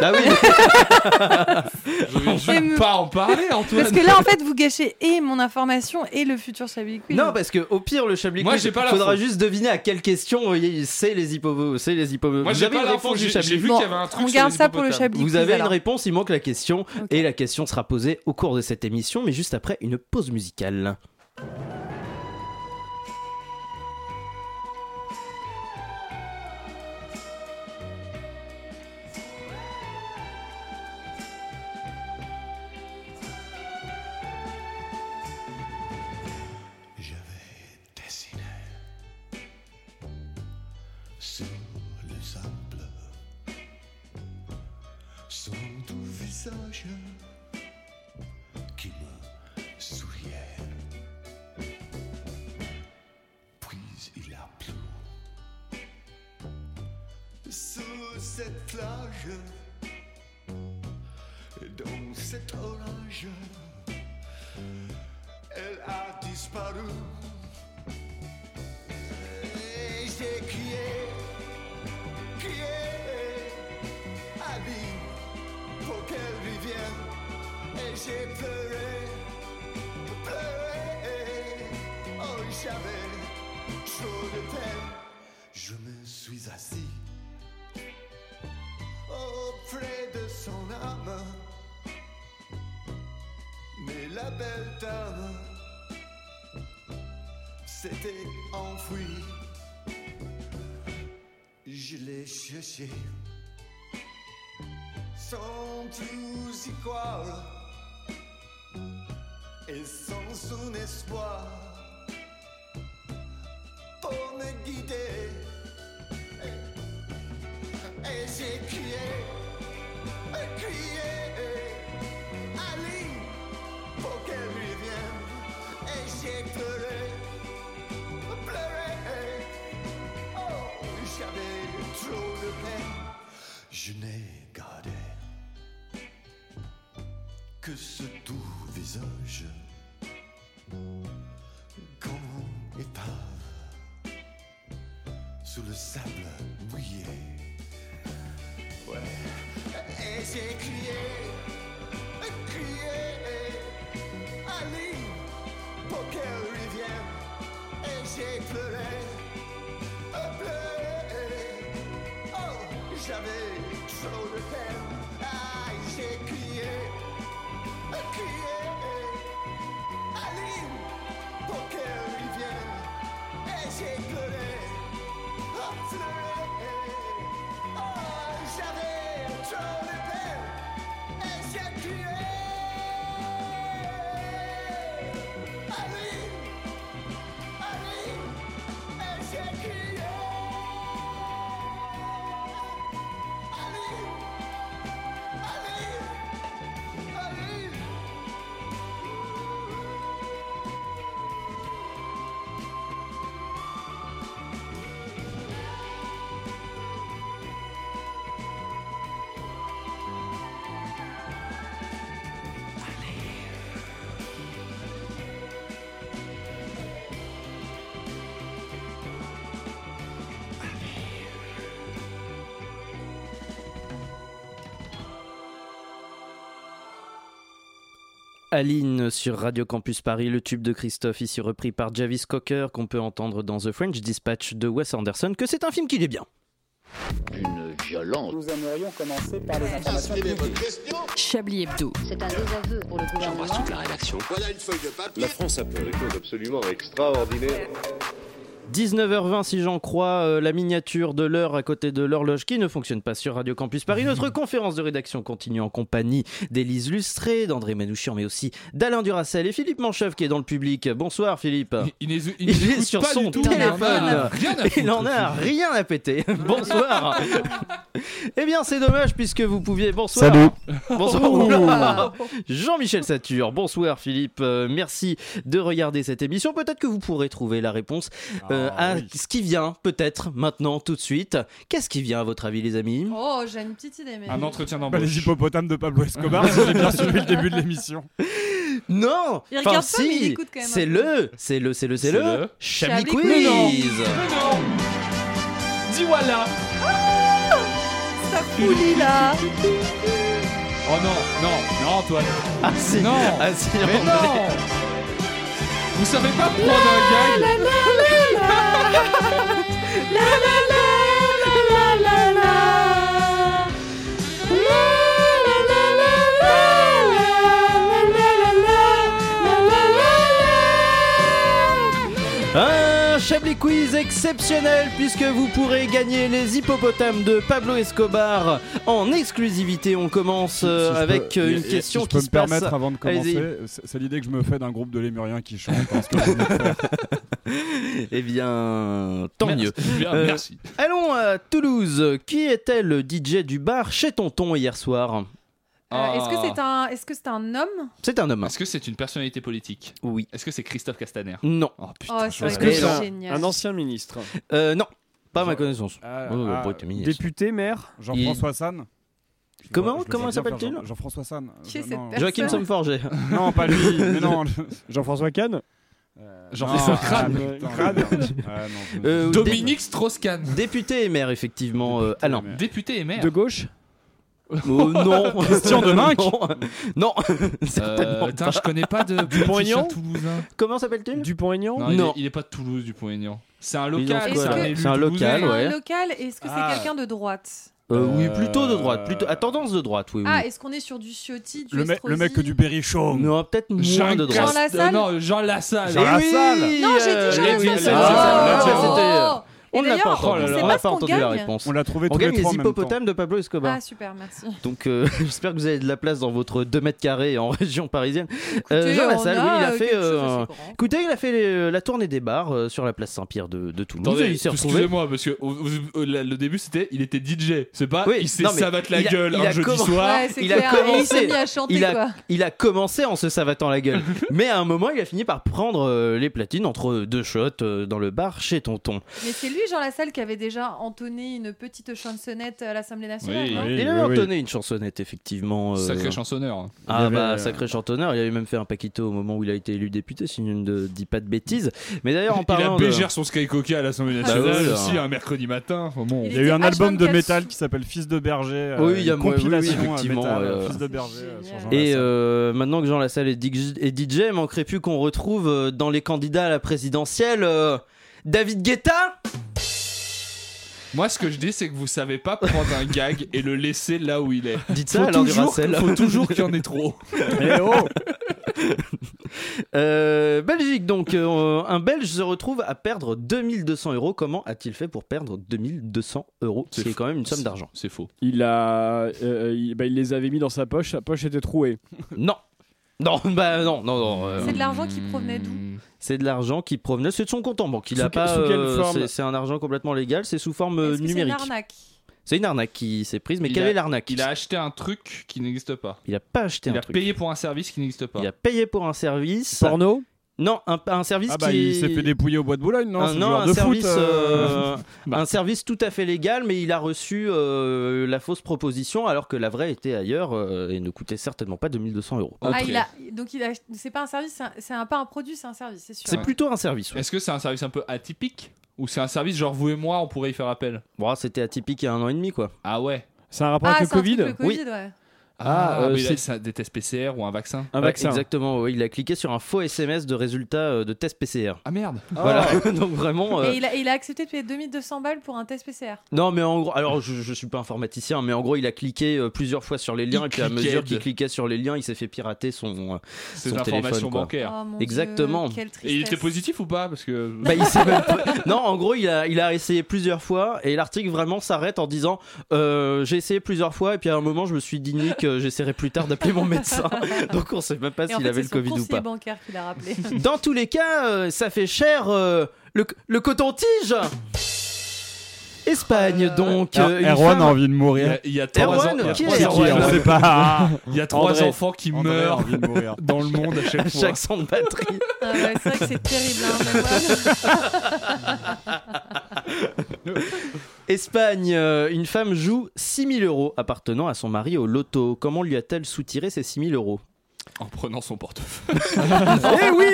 Speaker 1: Ah oui.
Speaker 9: Je vais
Speaker 8: Et
Speaker 9: juste
Speaker 8: me-
Speaker 9: pas en parler, Antoine.
Speaker 8: Parce que là, en fait, vous gâchez et mon information et le futur Chablis Quiz.
Speaker 1: Non, parce que au pire, le Chablis
Speaker 9: Moi,
Speaker 1: Quiz,
Speaker 9: j'ai pas l'info.
Speaker 1: faudra juste deviner à quelle question euh, c'est les hippos. C'est les hippos.
Speaker 9: Moi,
Speaker 1: Vous
Speaker 9: j'ai
Speaker 1: avez
Speaker 9: pas
Speaker 1: une
Speaker 9: l'info,
Speaker 1: réponse du
Speaker 9: j'ai-
Speaker 1: Chablis
Speaker 9: j'ai vu
Speaker 8: Bon,
Speaker 9: qu'il y avait un truc
Speaker 8: on
Speaker 9: sur
Speaker 8: garde
Speaker 9: les
Speaker 8: ça pour le
Speaker 9: hippopotames.
Speaker 8: Chablis Quiz.
Speaker 1: Vous avez une
Speaker 8: alors.
Speaker 1: réponse, il manque la question.
Speaker 8: Ok.
Speaker 1: Et la question sera posée au cours de cette émission, mais juste après une pause musicale.
Speaker 10: Je vais dessiner sur le sable son doux visage qui me souriait. Puis il a plu sous cette plage, dans cet orage. Elle a disparu. Et J'ai crié, crié à vie pour qu'elle revienne. Et j'ai pleuré, pleuré. Oh, j'avais chaud de peine. Je me suis assis auprès de son âme. Mais la belle dame s'était enfuie. Je l'ai cherchée sans plus y croire et sans son espoir pour me guider. Et, et j'ai crié, crié, Aline pour qu'elle revienne. Et j'ai pleuré, pleuré. Oh, j'avais trop de peine. Je n'ai gardé que ce doux visage. Comme épave sous le sable mouillé. Ouais. Et j'ai crié. Crier, Aline, pour qu'elle revienne. Et j'ai pleuré, pleuré. Oh, j'avais trop de peine. Ah, j'ai crié, crié, Aline, pour qu'elle revienne. Et j'ai pleuré, pleuré. Oh, j'avais trop de peine. Et j'ai crié Allez Allez Et j'ai crié Allez Allez Allez
Speaker 1: Aline sur Radio Campus Paris, le tube de Christophe, ici repris par Javis Cocker, qu'on peut entendre dans The French Dispatch de Wes Anderson, que c'est un film qui est bien.
Speaker 4: D'une violence.
Speaker 3: Nous aimerions commencer par les informations.
Speaker 6: Chablis Hebdo.
Speaker 7: C'est un désaveu pour le gouvernement.
Speaker 10: Voilà une feuille de papier.
Speaker 4: La France a peur.
Speaker 1: 19h20 si j'en crois, euh, la miniature de l'heure à côté de l'horloge qui ne fonctionne pas sur Radio Campus Paris. Notre conférence de rédaction continue en compagnie d'Élise Lustré, d'André Manouchian, mais aussi d'Alain Duracel et Philippe Manchef qui est dans le public. Bonsoir Philippe.
Speaker 9: Il, il, les- il
Speaker 1: Il
Speaker 9: les
Speaker 1: est
Speaker 9: écoute
Speaker 1: sur
Speaker 9: pas
Speaker 1: son
Speaker 9: du tout.
Speaker 1: téléphone.
Speaker 9: Rien à
Speaker 1: Il
Speaker 9: foutre.
Speaker 1: en a rien à péter. Bonsoir. eh bien, c'est dommage puisque vous pouviez. Bonsoir.
Speaker 2: Salut.
Speaker 1: Bonsoir. Oula.
Speaker 11: Oh.
Speaker 1: Jean-Michel Satur. Bonsoir Philippe. Euh, merci de regarder cette émission. Peut-être que vous pourrez trouver la réponse
Speaker 9: Ah
Speaker 1: euh, à ce qui vient, peut-être maintenant, tout de suite. Qu'est-ce qui vient à votre avis, les amis
Speaker 8: Oh, j'ai une petite idée, mais.
Speaker 9: Un entretien
Speaker 11: Bah, les
Speaker 9: d'embauche.
Speaker 11: hippopotames de Pablo Escobar, si j'ai bien suivi le début de l'émission.
Speaker 1: Non.
Speaker 8: Il
Speaker 1: Enfin,
Speaker 8: regarde pas,
Speaker 1: si.
Speaker 8: mais il écoute quand même.
Speaker 1: C'est le, c'est le, c'est le, c'est
Speaker 9: C'est
Speaker 1: le.
Speaker 9: le
Speaker 1: Chablis
Speaker 8: Chablis
Speaker 1: Quiz.
Speaker 8: Quiz.
Speaker 9: Dis voilà
Speaker 8: Ah, Ouli, là
Speaker 9: Oh non, non, non Antoine
Speaker 1: Ah si.
Speaker 9: Non.
Speaker 1: Ah, si,
Speaker 9: Mais
Speaker 1: on est-
Speaker 9: non Vous savez pas prendre un gag Ah,
Speaker 8: Ah,
Speaker 1: Un Chablis Quiz exceptionnel puisque vous pourrez gagner les hippopotames de Pablo Escobar en exclusivité. On commence euh,
Speaker 11: Si je
Speaker 1: avec
Speaker 11: peux-
Speaker 1: euh,
Speaker 11: et-
Speaker 1: une
Speaker 11: et-
Speaker 1: question
Speaker 11: si je
Speaker 1: qui
Speaker 11: peux
Speaker 1: se
Speaker 11: me permettre
Speaker 1: passe.
Speaker 11: avant de
Speaker 1: Allez-y.
Speaker 11: commencer, c'est c'est l'idée que je me fais d'un groupe de lémuriens qui chantent. parce que je vais me faire.
Speaker 1: Eh bien, tant
Speaker 9: Merci.
Speaker 1: mieux.
Speaker 9: Bien,
Speaker 1: Euh,
Speaker 9: Merci.
Speaker 1: Allons à Toulouse. Qui était le DJ du bar chez Tonton hier soir
Speaker 9: Ah.
Speaker 8: Euh, Est-ce que c'est un, est-ce que c'est un homme
Speaker 1: C'est un homme.
Speaker 9: Est-ce que c'est une personnalité politique
Speaker 1: Oui.
Speaker 9: Est-ce que c'est Christophe Castaner
Speaker 1: Non.
Speaker 9: Oh
Speaker 8: Oh,
Speaker 9: putain,
Speaker 8: c'est vrai
Speaker 2: Est-ce
Speaker 8: que
Speaker 2: que
Speaker 1: Mais
Speaker 2: c'est
Speaker 1: non.
Speaker 8: c'est
Speaker 2: un,
Speaker 8: génial.
Speaker 2: un ancien ministre
Speaker 1: Euh, non. Pas à ma connaissance.
Speaker 11: Ah,
Speaker 1: Oh,
Speaker 11: ah,
Speaker 1: bon, t'es mignon.
Speaker 2: Député, maire
Speaker 11: Jean-François San Je le
Speaker 1: Comment-
Speaker 11: vois- je le
Speaker 1: comment
Speaker 11: vois bien
Speaker 1: s'appelle-t-il
Speaker 11: faire Jean- Jean-François San.
Speaker 8: Qui est
Speaker 11: Je-
Speaker 8: cette
Speaker 11: non,
Speaker 8: personne
Speaker 1: Joachim Somforger.
Speaker 11: Non, pas lui, mais non. le-
Speaker 2: Jean-François Kahn
Speaker 11: Euh,
Speaker 9: Jean-François
Speaker 11: non,
Speaker 9: Crane.
Speaker 11: ah, putain. Ah, non, je me-
Speaker 1: Euh,
Speaker 9: Dominique Strauss-Kahn
Speaker 1: dé- Député et maire, effectivement, euh,
Speaker 11: Député et
Speaker 1: Alain.
Speaker 11: maire.
Speaker 9: Député et maire.
Speaker 2: De gauche
Speaker 1: Oh, non.
Speaker 11: Christian Deminck
Speaker 1: Non. Non. Certainement
Speaker 9: Euh, putain, je connais pas de
Speaker 2: Dupont-Aignan
Speaker 9: politicien toulousain.
Speaker 1: Comment s'appelle-t-il
Speaker 2: Dupont-Aignan
Speaker 9: Non, il est-
Speaker 1: Non.
Speaker 9: Il, est, pas de Toulouse, Dupont-Aignan. C'est un
Speaker 1: Ils ont
Speaker 9: local.
Speaker 8: fait
Speaker 9: c'est
Speaker 8: quoi,
Speaker 9: un
Speaker 8: là
Speaker 9: élu
Speaker 1: C'est un
Speaker 9: toulousain.
Speaker 1: local,
Speaker 8: C'est un
Speaker 1: ouais.
Speaker 8: local et Est-ce que c'est
Speaker 11: Ah.
Speaker 8: quelqu'un de droite
Speaker 1: Euh, oui,
Speaker 11: Euh,
Speaker 1: plutôt de droite, plutôt à tendance de droite, oui. oui.
Speaker 8: Ah, est-ce qu'on est sur du Ciotti, du
Speaker 11: le, mec- le
Speaker 8: Estrosi
Speaker 11: mec du Berrichon.
Speaker 1: non, peut-être moins
Speaker 8: Jean
Speaker 1: de droite.
Speaker 9: Cast-
Speaker 8: Lassalle
Speaker 9: Euh, Non, Jean Lassalle.
Speaker 1: Eh
Speaker 11: Jean
Speaker 1: oui,
Speaker 11: Lassalle.
Speaker 8: Non, j'ai dit
Speaker 1: euh,
Speaker 8: Jean
Speaker 1: les-
Speaker 8: Lassalle.
Speaker 1: les-
Speaker 11: c'est-
Speaker 1: les-
Speaker 11: Oh.
Speaker 1: c'était- euh,
Speaker 8: Oh
Speaker 1: On
Speaker 8: Et
Speaker 1: l'a pas
Speaker 8: d'ailleurs,
Speaker 9: Oh là
Speaker 1: entendu,
Speaker 8: on
Speaker 9: là.
Speaker 8: sait
Speaker 1: on
Speaker 8: pas
Speaker 1: n'a
Speaker 8: ce
Speaker 1: pas
Speaker 8: qu'on
Speaker 1: entendu la
Speaker 8: gagne.
Speaker 1: réponse.
Speaker 11: On l'a trouvé
Speaker 1: On
Speaker 11: tous les
Speaker 1: gagne
Speaker 11: trois
Speaker 1: les
Speaker 11: en même temps.
Speaker 1: hippopotames de Pablo Escobar.
Speaker 8: Ah, super, merci.
Speaker 1: Donc euh, j'espère que vous avez de la place dans votre 2 mètres carrés en région parisienne. Euh,
Speaker 8: Écoutez,
Speaker 1: Jean
Speaker 8: on
Speaker 1: Lassalle, oui, il a
Speaker 8: euh,
Speaker 1: fait,
Speaker 8: quelque chose
Speaker 1: euh,
Speaker 8: assez grand.
Speaker 1: Écoutez, il a fait les- la tournée des bars euh, sur la place Saint-Pierre de, de Toulouse. et
Speaker 9: Attendez,
Speaker 1: il s'est retrouvé.
Speaker 9: excusez-moi, parce que vous- vous- la- le début c'était, il était DJ, c'est pas,
Speaker 1: Oui,
Speaker 9: il s'est
Speaker 1: non, mais
Speaker 9: savate la
Speaker 1: il a-
Speaker 9: gueule
Speaker 1: il
Speaker 9: un
Speaker 1: a
Speaker 9: jeudi
Speaker 1: comment-
Speaker 9: soir.
Speaker 8: Ouais, c'est
Speaker 1: il a
Speaker 8: clair. Et il
Speaker 1: commencé-
Speaker 8: s'est mis à chanter,
Speaker 1: il a-
Speaker 8: quoi.
Speaker 1: Il a commencé en se savatant la gueule. Mais à un moment, il a fini par prendre euh, les platines entre deux shots euh, dans le bar chez Tonton.
Speaker 8: Mais c'est lui, Jean Lassalle, qui avait déjà entonné une petite chansonnette à l'Assemblée nationale,
Speaker 9: Oui,
Speaker 8: non
Speaker 11: Oui,
Speaker 1: il
Speaker 11: oui,
Speaker 1: avait
Speaker 11: oui.
Speaker 1: entonné une chansonnette, effectivement. euh,
Speaker 9: hein. Sacré hein. chansonneur.
Speaker 1: Ah
Speaker 11: Il avait,
Speaker 1: bah,
Speaker 11: euh,
Speaker 1: sacré chantonneur. Il avait même fait un paquito au moment où il a été élu député, si je ne dis pas de bêtises. Mais d'ailleurs, en
Speaker 9: Il a
Speaker 1: parlant de...
Speaker 9: bégère son Sky Coca à l'assemblée
Speaker 8: Bah
Speaker 9: nationale
Speaker 1: oui, là.
Speaker 9: aussi hein. un mercredi matin. Enfin bon.
Speaker 8: Il
Speaker 11: Il y a eu un
Speaker 8: était
Speaker 11: album de
Speaker 8: H24
Speaker 11: métal qui s'appelle Fils de berger.
Speaker 1: hein. Oui,
Speaker 11: euh,
Speaker 1: il y a-
Speaker 11: une
Speaker 1: oui, oui, oui,
Speaker 11: compilation euh,
Speaker 1: effectivement,
Speaker 11: métal,
Speaker 1: euh,
Speaker 11: Fils de berger.
Speaker 8: C'est
Speaker 11: euh, sur
Speaker 8: génial.
Speaker 11: Jean
Speaker 1: Et
Speaker 11: Lassalle.
Speaker 1: euh, maintenant que Jean Lassalle est dig- est DJ, manquerait plus qu'on retrouve euh, dans les candidats à la présidentielle euh, David Guetta
Speaker 9: Moi, ce que je dis, c'est que vous savez pas prendre un gag et le laisser là où il est.
Speaker 1: Dites ça
Speaker 9: Faut
Speaker 1: à Alain
Speaker 9: toujours,
Speaker 1: Duracell.
Speaker 9: faut toujours qu'il y en ait trop.
Speaker 11: Eh oh
Speaker 1: Euh, Belgique, donc euh, un Belge se retrouve à perdre 2200 euros. Comment a-t-il fait pour perdre 2200 euros Ce
Speaker 9: C'est
Speaker 1: qui est
Speaker 9: fou.
Speaker 1: quand même une somme d'argent.
Speaker 9: C'est faux.
Speaker 2: Il a, euh, il, bah, il les avait mis dans sa poche, sa poche était trouée.
Speaker 1: Non Non, bah non, non, non. euh,
Speaker 8: C'est de l'argent qui provenait d'où
Speaker 1: c'est de l'argent qui provenait. C'est de son compte en banque. Il
Speaker 2: Sous
Speaker 1: a
Speaker 2: que-
Speaker 1: pas.
Speaker 2: sous quelle
Speaker 1: euh,
Speaker 2: forme
Speaker 1: c'est- c'est un argent complètement légal. C'est sous forme euh,
Speaker 8: Est-ce que c'est une
Speaker 1: numérique.
Speaker 8: arnaque
Speaker 1: C'est une arnaque qui s'est prise. Mais
Speaker 9: Il
Speaker 1: quelle
Speaker 9: a-
Speaker 1: est l'arnaque
Speaker 9: Il a acheté un truc qui n'existe pas.
Speaker 1: Il a pas acheté
Speaker 9: Il
Speaker 1: un
Speaker 9: a
Speaker 1: truc.
Speaker 9: payé pour un service qui n'existe pas.
Speaker 1: Il a payé pour un service.
Speaker 2: Porno
Speaker 1: Non, un, un service
Speaker 11: Ah bah,
Speaker 1: qui.
Speaker 11: il s'est fait dépouiller au bois de Boulogne, non
Speaker 1: un,
Speaker 11: C'est le
Speaker 1: non,
Speaker 11: joueur
Speaker 1: un
Speaker 11: de
Speaker 1: service,
Speaker 11: foot. euh,
Speaker 1: euh, un service tout à fait légal, mais il a reçu euh, la fausse proposition alors que la vraie était ailleurs euh, et ne coûtait certainement pas 2200 euros.
Speaker 9: Ok.
Speaker 8: Ah, il a... Donc, il a... c'est pas un service, c'est un- c'est un... pas un produit, c'est un service, c'est sûr.
Speaker 1: C'est plutôt un service. ouais.
Speaker 9: Est-ce que c'est un service un peu atypique ou c'est un service genre vous et moi on pourrait y faire appel
Speaker 1: Bon, c'était atypique il y a un an et demi, quoi.
Speaker 9: Ah ouais.
Speaker 2: C'est un rapport
Speaker 8: Ah,
Speaker 2: avec
Speaker 8: c'est
Speaker 2: le
Speaker 8: un truc
Speaker 2: Covid
Speaker 8: le Covid, ouais.
Speaker 9: Ah,
Speaker 2: euh,
Speaker 9: mais là,
Speaker 2: c'est-
Speaker 9: c'est un- des tests PCR ou un vaccin
Speaker 2: Un
Speaker 1: Ouais,
Speaker 2: vaccin.
Speaker 1: Exactement, oui, il a cliqué sur un faux SMS de résultat euh, de test PCR.
Speaker 9: Ah merde
Speaker 1: Voilà, donc vraiment. euh,
Speaker 8: Et il a, il a accepté de payer 2200 balles pour un test PCR.
Speaker 1: Non, mais en gros, alors je, je suis pas informaticien, mais en gros, il a cliqué euh, plusieurs fois sur les liens,
Speaker 9: Il
Speaker 1: et puis à
Speaker 9: cliquait.
Speaker 1: mesure qu'il cliquait sur les liens, il s'est fait pirater son. euh,
Speaker 9: C'est
Speaker 1: Son
Speaker 9: une information
Speaker 1: téléphone, quoi.
Speaker 9: bancaire.
Speaker 8: Oh, mon
Speaker 1: Exactement.
Speaker 8: Dieu, quelle
Speaker 9: Et il était
Speaker 8: tristesse.
Speaker 9: positif ou pas Parce que.
Speaker 1: Bah, il s'est même pas- Non, en gros, il a, il a essayé plusieurs fois, et l'article vraiment s'arrête en disant euh, J'ai essayé plusieurs fois, et puis à un moment, je me suis dit, Nick, euh, j'essaierai plus tard d'appeler mon médecin. Donc, on sait même pas
Speaker 8: Et en
Speaker 1: s'il
Speaker 8: fait,
Speaker 1: avait le
Speaker 8: c'est son
Speaker 1: Covid ou
Speaker 8: conseiller
Speaker 1: pas.
Speaker 8: bancaire qui l'a rappelé.
Speaker 1: Dans tous les cas, euh, ça fait cher euh, le, le coton-tige Espagne, donc. euh, une
Speaker 11: Erwan
Speaker 1: femme-
Speaker 11: a envie de
Speaker 9: Il y
Speaker 11: mourir.
Speaker 9: a- il y a trois
Speaker 1: Erwan,
Speaker 9: ans- il y a
Speaker 1: qui est
Speaker 9: trois
Speaker 1: Erwan
Speaker 9: enfants-
Speaker 11: On sait pas.
Speaker 9: il y a trois
Speaker 2: André.
Speaker 9: enfants qui
Speaker 11: André a
Speaker 9: meurent
Speaker 11: envie de mourir.
Speaker 9: dans le monde à
Speaker 1: à
Speaker 9: chaque fois.
Speaker 1: chaque son de batterie.
Speaker 8: Ah ouais, c'est vrai que c'est terrible. hein, mais voilà.
Speaker 1: Espagne, euh, une femme joue 6000 euros appartenant à son mari au loto. Comment lui a-t-elle soutiré ces 6000 euros
Speaker 9: En prenant son portefeuille.
Speaker 1: Eh oui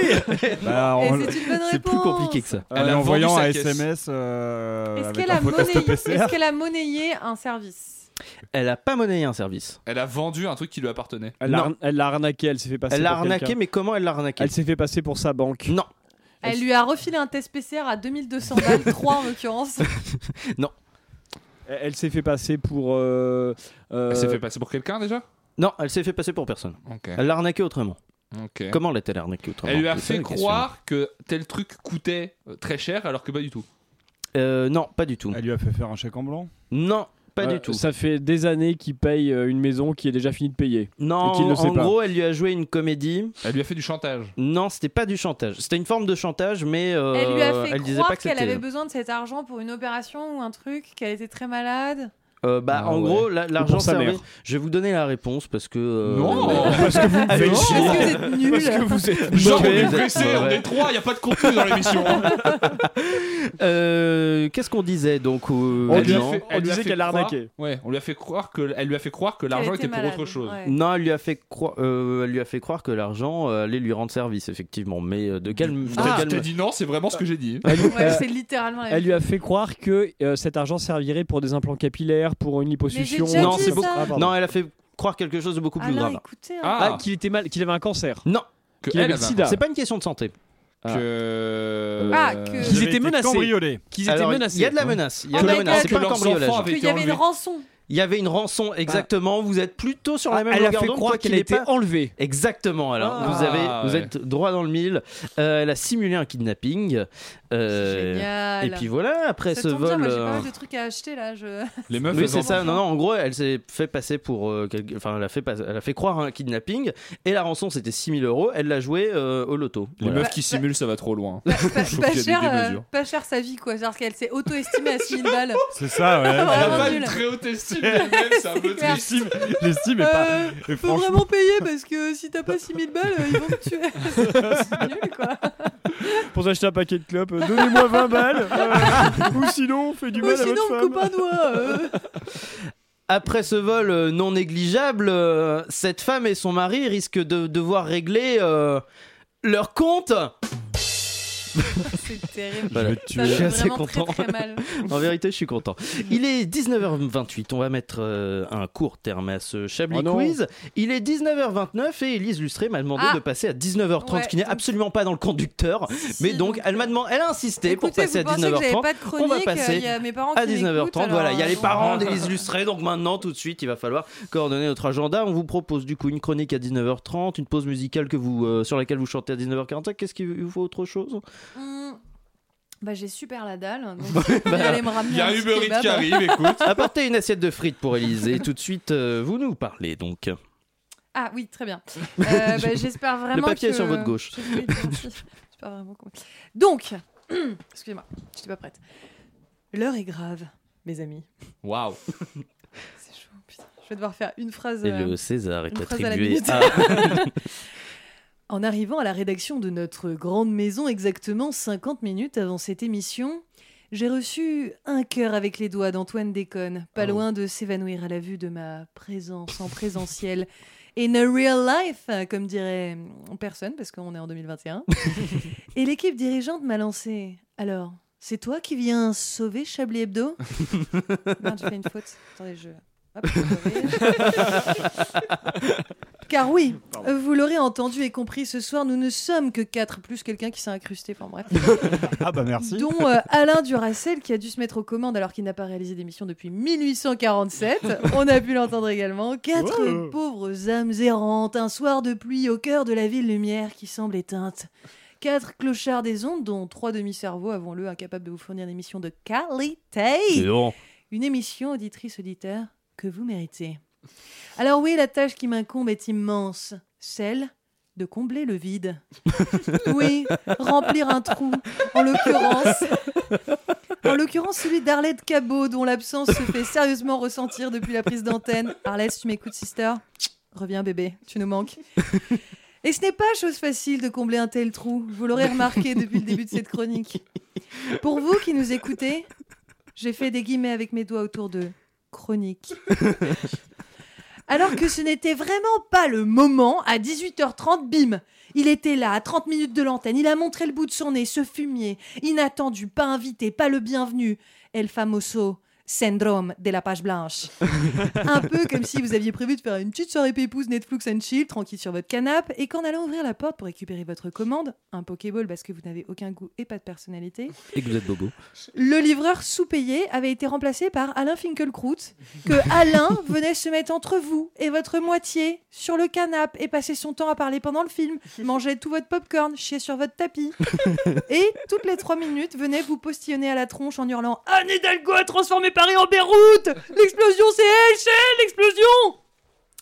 Speaker 1: Eh,
Speaker 11: Bah,
Speaker 8: Et
Speaker 11: on-
Speaker 8: c'est une bonne réponse.
Speaker 1: C'est plus compliqué que ça.
Speaker 11: Euh,
Speaker 9: Elle a
Speaker 11: en
Speaker 9: vendu
Speaker 11: envoyant
Speaker 9: sa
Speaker 11: un
Speaker 9: caisse.
Speaker 11: SMS euh,
Speaker 8: Est-ce
Speaker 11: avec
Speaker 8: qu'elle
Speaker 11: un
Speaker 8: a,
Speaker 11: faux test
Speaker 8: monnayé-
Speaker 11: PCR.
Speaker 8: est-ce qu'elle a monnayé un service
Speaker 1: Elle a pas monnayé un service.
Speaker 9: Elle a vendu un truc qui lui appartenait.
Speaker 2: Elle
Speaker 1: Non.
Speaker 2: l'a- elle l'a arnaqué, elle s'est fait passer
Speaker 1: Elle l'a
Speaker 2: pour quelqu'un.
Speaker 1: arnaqué, mais comment elle l'a arnaqué
Speaker 2: Elle s'est fait passer pour sa banque.
Speaker 1: Non,
Speaker 8: Elle lui a refilé un test PCR à 2200 balles, 3 en l'occurrence.
Speaker 2: Elle, elle s'est fait passer pour. euh, euh,
Speaker 9: Elle s'est fait passer pour quelqu'un déjà
Speaker 1: non, elle s'est fait passer pour personne.
Speaker 9: Ok.
Speaker 1: Elle l'a arnaqué autrement.
Speaker 9: Ok.
Speaker 1: Comment l'a-t-elle arnaqué autrement
Speaker 9: Elle lui a
Speaker 1: C'est ça,
Speaker 9: fait
Speaker 1: la question.
Speaker 9: croire que tel truc coûtait euh, très cher alors que pas du tout.
Speaker 1: Euh, non, pas du tout.
Speaker 11: Elle lui a fait faire un chèque en blanc.
Speaker 1: Non, pas
Speaker 2: euh,
Speaker 1: du tout.
Speaker 2: Ça fait des années qu'il paye euh, une maison qui est déjà finie de payer.
Speaker 1: Non,
Speaker 2: et qu'il le
Speaker 1: en
Speaker 2: sait pas.
Speaker 1: gros, elle lui a joué une comédie.
Speaker 9: Elle lui a fait du chantage.
Speaker 1: Non, c'était pas du chantage. C'était une forme de chantage, mais euh,
Speaker 8: elle lui a fait
Speaker 1: disait pas
Speaker 8: croire
Speaker 1: que
Speaker 8: qu'elle
Speaker 1: c'était euh,
Speaker 8: avait
Speaker 1: elle.
Speaker 8: besoin de cet argent pour une opération ou un truc, qu'elle était très malade.
Speaker 1: Euh, bah,
Speaker 9: Ah
Speaker 1: en
Speaker 9: ouais.
Speaker 1: gros, la- l'argent
Speaker 2: pour sa
Speaker 1: servait.
Speaker 2: mère.
Speaker 1: Je vais vous donner la réponse parce que. euh,
Speaker 9: Parce que vous
Speaker 1: Allez,
Speaker 8: Parce que vous êtes nul.
Speaker 2: vous êtes
Speaker 9: Genre, on est
Speaker 1: Mauvais.
Speaker 9: pressé, on
Speaker 1: Mauvais.
Speaker 9: est trois, y a pas de contenu dans l'émission. hein.
Speaker 1: euh, Qu'est-ce qu'on disait donc euh,
Speaker 2: On lui a
Speaker 1: non.
Speaker 2: fait- on
Speaker 9: lui a
Speaker 2: disait
Speaker 9: fait
Speaker 2: qu'elle l'a
Speaker 9: croire-
Speaker 2: arnaqué.
Speaker 9: Ouais, on lui a fait croire que elle lui a fait croire que l'argent
Speaker 8: Qu'elle
Speaker 9: était, pour
Speaker 8: malade,
Speaker 9: autre chose.
Speaker 8: ouais.
Speaker 1: Non, elle lui a fait croire, euh, elle lui a fait croire que l'argent euh, allait lui rendre service, effectivement. Mais euh, de quel, de
Speaker 9: Ah,
Speaker 1: quel-
Speaker 9: je t'ai dit non, c'est vraiment ce que j'ai dit.
Speaker 8: Ouais, c'est littéralement la
Speaker 2: euh, Elle lui a fait croire que euh, cet argent servirait pour des implants capillaires, pour une liposuction.
Speaker 8: déjà
Speaker 1: Non, dit c'est ça.
Speaker 2: beaucoup.
Speaker 1: beaucoup- Non, elle a fait croire quelque chose de beaucoup plus
Speaker 8: Alain,
Speaker 1: grave.
Speaker 8: écoutez. hein.
Speaker 9: Ah,
Speaker 2: Ah, qu'il était mal, qu'il avait un cancer.
Speaker 1: Non,
Speaker 9: que
Speaker 2: Qu'il avait
Speaker 9: elle
Speaker 2: le
Speaker 9: avait Euh, un-
Speaker 2: sida.
Speaker 1: c'est pas une question de santé. Ah.
Speaker 9: que
Speaker 8: Ah, que-
Speaker 2: Qu'ils
Speaker 11: Ils
Speaker 2: étaient menacés.
Speaker 11: Cambriolés.
Speaker 2: Qu'ils étaient
Speaker 1: Alors,
Speaker 2: menacés.
Speaker 1: Il y a de la menace. Il y a
Speaker 8: Oh
Speaker 1: de la
Speaker 8: my
Speaker 1: menace.
Speaker 8: God.
Speaker 1: C'est
Speaker 9: Que
Speaker 1: pas un
Speaker 9: leurs
Speaker 1: cambriolage.
Speaker 9: enfants avaient-
Speaker 8: Qu'il y avait
Speaker 9: été
Speaker 8: une
Speaker 9: enlevée.
Speaker 8: rançon.
Speaker 1: Il y avait une rançon, exactement. Vous êtes plutôt sur la même
Speaker 2: Ah, elle a
Speaker 1: longueur
Speaker 2: fait
Speaker 1: d'onde, quoi
Speaker 2: croire
Speaker 1: qu'il
Speaker 2: qu'elle
Speaker 1: ait
Speaker 2: était
Speaker 1: pas.
Speaker 2: enlevée.
Speaker 1: Exactement. Alors,
Speaker 9: Ah,
Speaker 1: vous avez, vous
Speaker 9: ouais.
Speaker 1: êtes droit dans le mille. Euh, elle a simulé un kidnapping. Euh,
Speaker 8: Génial.
Speaker 1: et puis voilà. Après
Speaker 8: ça
Speaker 1: ce
Speaker 8: tombe bien,
Speaker 1: vol.
Speaker 8: moi j'ai pas
Speaker 1: euh,
Speaker 8: mal de trucs à acheter là. Je...
Speaker 9: les meufs
Speaker 1: Oui,
Speaker 9: elles
Speaker 1: c'est
Speaker 9: en-
Speaker 1: ça.
Speaker 8: enfants.
Speaker 1: Non, non, en gros, elle s'est fait passer pour. euh, quelque- Enfin, elle, a fait pas- elle a fait croire à un kidnapping et la rançon c'était 6000 euros. Elle l'a joué euh, au loto.
Speaker 9: les
Speaker 1: Voilà.
Speaker 8: Bah,
Speaker 9: meufs qui simulent, ça va trop loin.
Speaker 8: Pas, pas-
Speaker 9: trouve
Speaker 8: pas
Speaker 9: qu'il y a des
Speaker 8: bah, cher, euh,
Speaker 9: démesures.
Speaker 8: pas cher sa vie quoi. C'est-à-dire qu'elle s'est auto-estimée à 6000 balles.
Speaker 11: C'est ça, ouais.
Speaker 9: Elle a
Speaker 8: vraiment
Speaker 9: pas une
Speaker 8: nul.
Speaker 9: très haute estime d'elle-même, c'est un peu
Speaker 8: clair.
Speaker 9: triste.
Speaker 11: L'estime, l'estime est pas.
Speaker 8: Euh,
Speaker 11: et
Speaker 8: faut
Speaker 11: franchement-
Speaker 8: vraiment payer parce que si t'as pas 6000 balles, euh, ils vont te tuer. C'est nul quoi.
Speaker 2: Pour acheter un paquet de clopes, euh, donnez-moi 20 balles. euh, ou sinon, on fait du
Speaker 8: Ou
Speaker 2: mal à
Speaker 8: sinon,
Speaker 2: votre
Speaker 8: me
Speaker 2: femme.
Speaker 8: coupe un doigt. euh.
Speaker 1: Après ce vol euh, non négligeable, euh, cette femme et son mari risquent de devoir régler euh, leur compte.
Speaker 8: C'est terrible.
Speaker 1: Voilà.
Speaker 8: Ça
Speaker 1: Je
Speaker 8: fait
Speaker 1: suis assez
Speaker 8: vraiment
Speaker 1: content.
Speaker 8: Très, très mal.
Speaker 1: En vérité, je suis content. Il est 19h28. On va mettre euh, un court terme à ce Chablis
Speaker 2: Oh non.
Speaker 1: Quiz. Il est 19h29 et Elise Lustré m'a demandé
Speaker 8: Ah.
Speaker 1: de passer à 19h30,
Speaker 8: Ouais,
Speaker 1: ce qui n'est
Speaker 8: donc-
Speaker 1: absolument pas dans le conducteur. Mais
Speaker 8: Si, euh,
Speaker 1: donc, elle m'a demandé, elle a insisté pour
Speaker 8: Écoutez,
Speaker 1: passer à
Speaker 8: vous pensez que j'avais
Speaker 1: 19h30.
Speaker 8: pas de chronique, euh,
Speaker 1: passer
Speaker 8: il y a mes parents
Speaker 1: à
Speaker 8: qui m'écoutent,
Speaker 1: 19h30.
Speaker 8: alors,
Speaker 1: Voilà, il y a les
Speaker 8: euh,
Speaker 1: parents d'Élise Lustré, donc maintenant, tout de suite, il va falloir coordonner notre agenda. On vous propose du coup une chronique à 19h30, une pause musicale que vous, euh, sur laquelle vous chantez à 19h45. Qu'est-ce qu'il vous faut autre chose
Speaker 8: Hmm. Bah j'ai super la dalle, donc si vous pouvez aller me ramener
Speaker 9: Il y a
Speaker 8: un
Speaker 9: un
Speaker 8: petit
Speaker 9: Uber Eats
Speaker 8: kebab.
Speaker 9: qui arrive, écoute.
Speaker 1: Apportez une assiette de frites pour Élise et tout de suite, euh, vous nous parlez donc.
Speaker 8: Ah oui, très bien. Euh, bah, J'espère vraiment
Speaker 1: papier est
Speaker 8: que-
Speaker 1: sur votre gauche.
Speaker 8: Je vais- merci. J'espère vraiment qu'on- Donc, excusez-moi, j'étais pas prête. L'heure est grave, mes amis.
Speaker 9: Waouh.
Speaker 8: C'est chaud, putain. Je vais devoir faire une phrase.
Speaker 1: Et
Speaker 8: euh,
Speaker 1: le César est
Speaker 8: une phrase à la
Speaker 1: attribué
Speaker 8: minute.
Speaker 1: à.
Speaker 8: En arrivant à la rédaction de notre grande maison exactement 50 minutes avant cette émission, j'ai reçu un cœur avec les doigts d'Antoine Déconne, pas
Speaker 9: Oh.
Speaker 8: loin de s'évanouir à la vue de ma présence en présentiel. In a real life, comme dirait mm, personne, parce qu'on est en 2021. Et l'équipe dirigeante m'a lancé. Alors, c'est toi qui viens sauver Chablis Hebdo Merde, j'ai fait une faute. Attendez, je. Hop. Hop, Car oui, vous l'aurez entendu et compris, ce soir, nous ne sommes que quatre, plus quelqu'un qui s'est incrusté, enfin bref.
Speaker 11: Ah bah merci.
Speaker 8: Dont euh, Alain Duracel, qui a dû se mettre aux commandes alors qu'il n'a pas réalisé d'émission depuis 1847. On a pu l'entendre également. Quatre
Speaker 12: Wow.
Speaker 8: pauvres âmes errantes, un soir de pluie au cœur de la ville lumière qui semble éteinte. Quatre clochards des ondes, dont trois demi-cerveaux, avons-le, incapables de vous fournir une émission de qualité. Une émission auditrice auditeur que vous méritez. Alors oui, la tâche qui m'incombe est immense, celle de combler le vide. Oui, remplir un trou, en l'occurrence. En l'occurrence, celui d'Arlette Cabot, dont l'absence se fait sérieusement ressentir depuis la prise d'antenne. Arlette, si tu m'écoutes, sister, reviens bébé, tu nous manques. Et ce n'est pas chose facile de combler un tel trou, vous l'aurez remarqué depuis le début de cette chronique. Pour vous qui nous écoutez, j'ai fait des guillemets avec mes doigts autour de chronique. Alors que ce n'était vraiment pas le moment, à 18h30, bim Il était là, à 30 minutes de l'antenne, il a montré le bout de son nez, ce fumier, inattendu, pas invité, pas le bienvenu. El famoso syndrome de la page blanche. Un peu comme si vous aviez prévu de faire une petite soirée pépouze Netflix and chill, tranquille sur votre canapé, et qu'en allant ouvrir la porte pour récupérer votre commande, un Pokéball parce que vous n'avez aucun goût et pas de personnalité,
Speaker 1: Et que vous êtes bobo.
Speaker 8: le livreur sous-payé avait été remplacé par Alain Finkielkraut, que Alain venait se mettre entre vous et votre moitié sur le canapé et passer son temps à parler pendant le film, manger tout votre popcorn, chier sur votre tapis. Et toutes les trois minutes, venait vous postillonner à la tronche en hurlant Anne Hidalgo a transformé Paris en Beyrouth L'explosion, c'est elle, c'est elle, l'explosion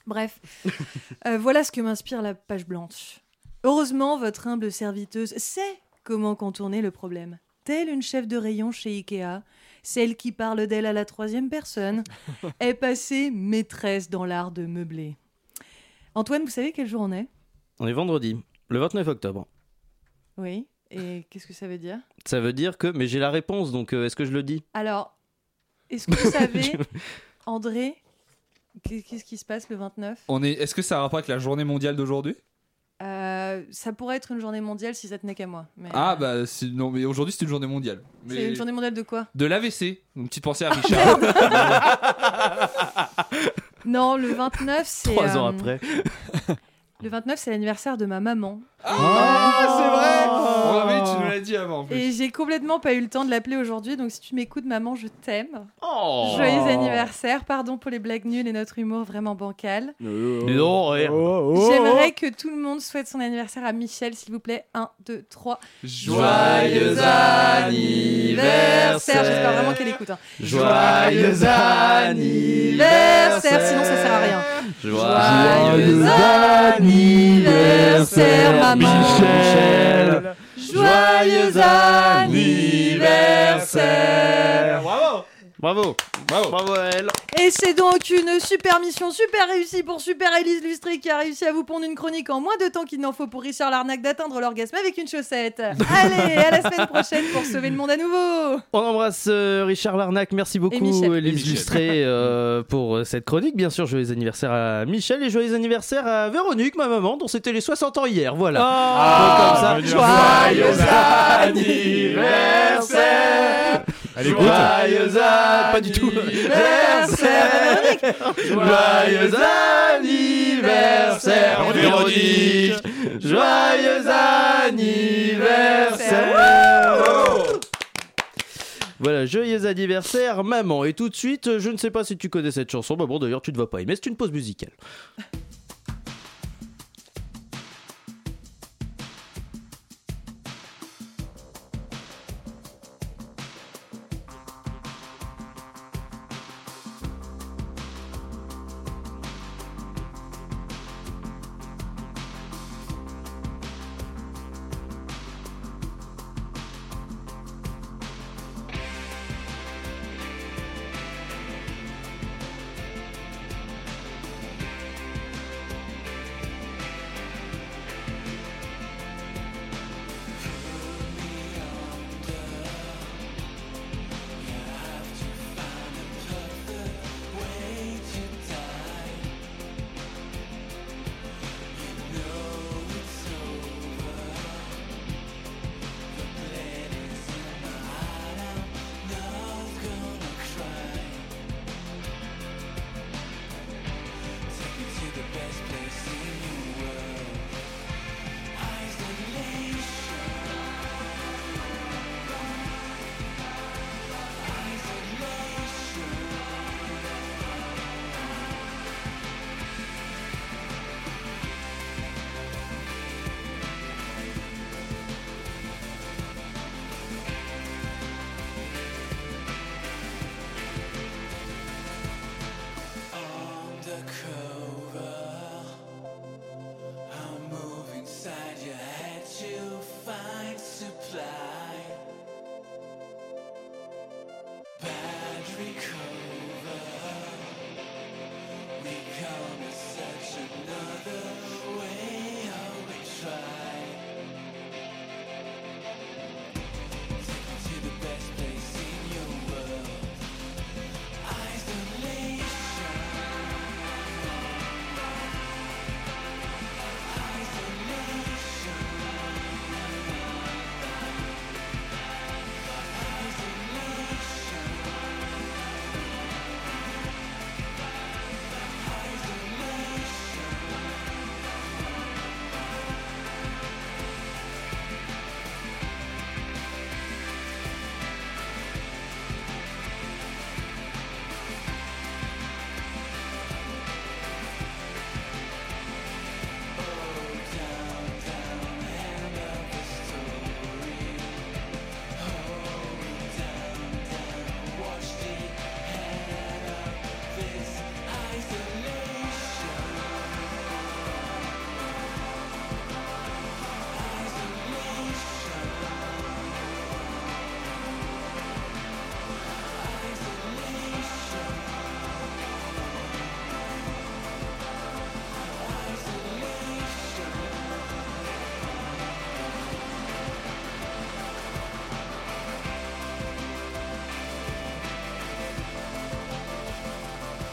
Speaker 8: Bref, Euh, voilà ce que m'inspire la page blanche. Heureusement, votre humble serviteuse sait comment contourner le problème. Telle une chef de rayon chez Ikea, celle qui parle d'elle à la troisième personne, est passée maîtresse dans l'art de meubler. Antoine, vous savez quel jour on est
Speaker 1: On est vendredi, le 29 octobre.
Speaker 8: Oui. Et qu'est-ce que ça veut dire
Speaker 1: Ça veut dire que. Mais j'ai la réponse, donc euh, est-ce que je le dis
Speaker 8: Alors, est-ce que vous savez, André, qu'est- qu'est-ce qui se passe le 29
Speaker 9: On est. Est-ce que ça a un rapport avec la journée mondiale d'aujourd'hui
Speaker 8: Euh, Ça pourrait être une journée mondiale si ça tenait qu'à moi. mais-
Speaker 9: Ah bah c'est- non mais aujourd'hui c'est une journée mondiale. Mais-
Speaker 8: C'est une journée mondiale de quoi
Speaker 9: De l'AVC. Une petite pensée à Richard.
Speaker 8: Non, le 29, c'est.
Speaker 9: Trois
Speaker 8: euh,
Speaker 9: ans après.
Speaker 8: Le 29, c'est l'anniversaire de ma maman.
Speaker 9: Oh, oui, tu nous l'as dit avant. Ah, en plus.
Speaker 8: Ah, Et j'ai complètement pas eu le temps de l'appeler aujourd'hui, donc si tu m'écoutes, maman, je t'aime.
Speaker 1: Oh.
Speaker 8: Joyeux anniversaire, pardon pour les blagues nulles et notre humour vraiment bancal.
Speaker 9: Euh.
Speaker 1: Non, rien.
Speaker 8: oh, J'aimerais que tout le monde souhaite son anniversaire à Michel, s'il vous plaît. 1, 2, 3.
Speaker 9: Joyeux
Speaker 8: anniversaire J'espère vraiment qu'elle écoute. hein. anniversaire Sinon, ça sert à rien.
Speaker 1: Joyeux
Speaker 8: anniversaire, maman
Speaker 1: Michel.
Speaker 8: Joyeux anniversaire
Speaker 1: Bravo Bravo Bravo Bravo à elle
Speaker 8: Et c'est donc une super mission, super réussie pour Super Élise Lustré qui a réussi à vous pondre une chronique en moins de temps qu'il n'en faut pour Richard Larnac d'atteindre l'orgasme avec une chaussette. Allez, à la semaine prochaine pour sauver le monde à nouveau
Speaker 1: On embrasse euh, Richard Larnac, merci beaucoup
Speaker 8: Michel.
Speaker 1: Élise
Speaker 8: Et Michel.
Speaker 1: Lustré euh, pour euh, cette chronique. Bien sûr, joyeux anniversaire à Michel et joyeux anniversaire à Véronique, ma maman, dont c'était les 60 ans hier. Voilà.
Speaker 10: Ah,
Speaker 1: Donc,
Speaker 10: je veux dire, joyeux anniversaire.
Speaker 1: Allez,
Speaker 10: Joyeux
Speaker 1: écoute. Pas du tout.
Speaker 10: Joyeux anniversaire, Véronique. Joyeux anniversaire.
Speaker 1: Voilà, joyeux anniversaire, maman. Et tout de suite, euh, je ne sais pas si tu connais cette chanson. Bah bon, d'ailleurs, tu ne vas pas aimer. C'est une pause musicale.
Speaker 10: Joyeux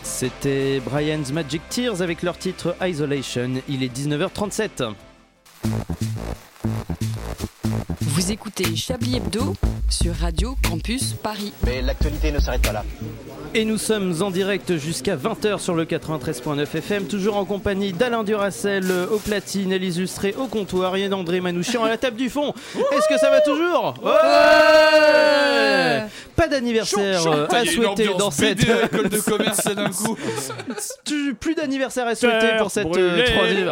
Speaker 1: C'était Brian's Magic Tears avec leur titre Isolation. Il est 19h37.
Speaker 6: Vous écoutez Chablis Hebdo sur Radio Campus Paris.
Speaker 4: Mais l'actualité ne s'arrête pas là.
Speaker 1: Et nous sommes en direct jusqu'à 20h sur le 93.9 FM, toujours en compagnie d'Alain Duracel euh, au platine, Élise Lustré au comptoir, et d'André Manouchian à la table du fond. Est-ce que ça va toujours Ouais Pas d'anniversaire euh, à souhaiter dans cette.
Speaker 9: école de commerce d'un coup.
Speaker 1: Tu- Plus d'anniversaire à souhaiter pour cette euh,
Speaker 2: brûlée.
Speaker 1: troisième.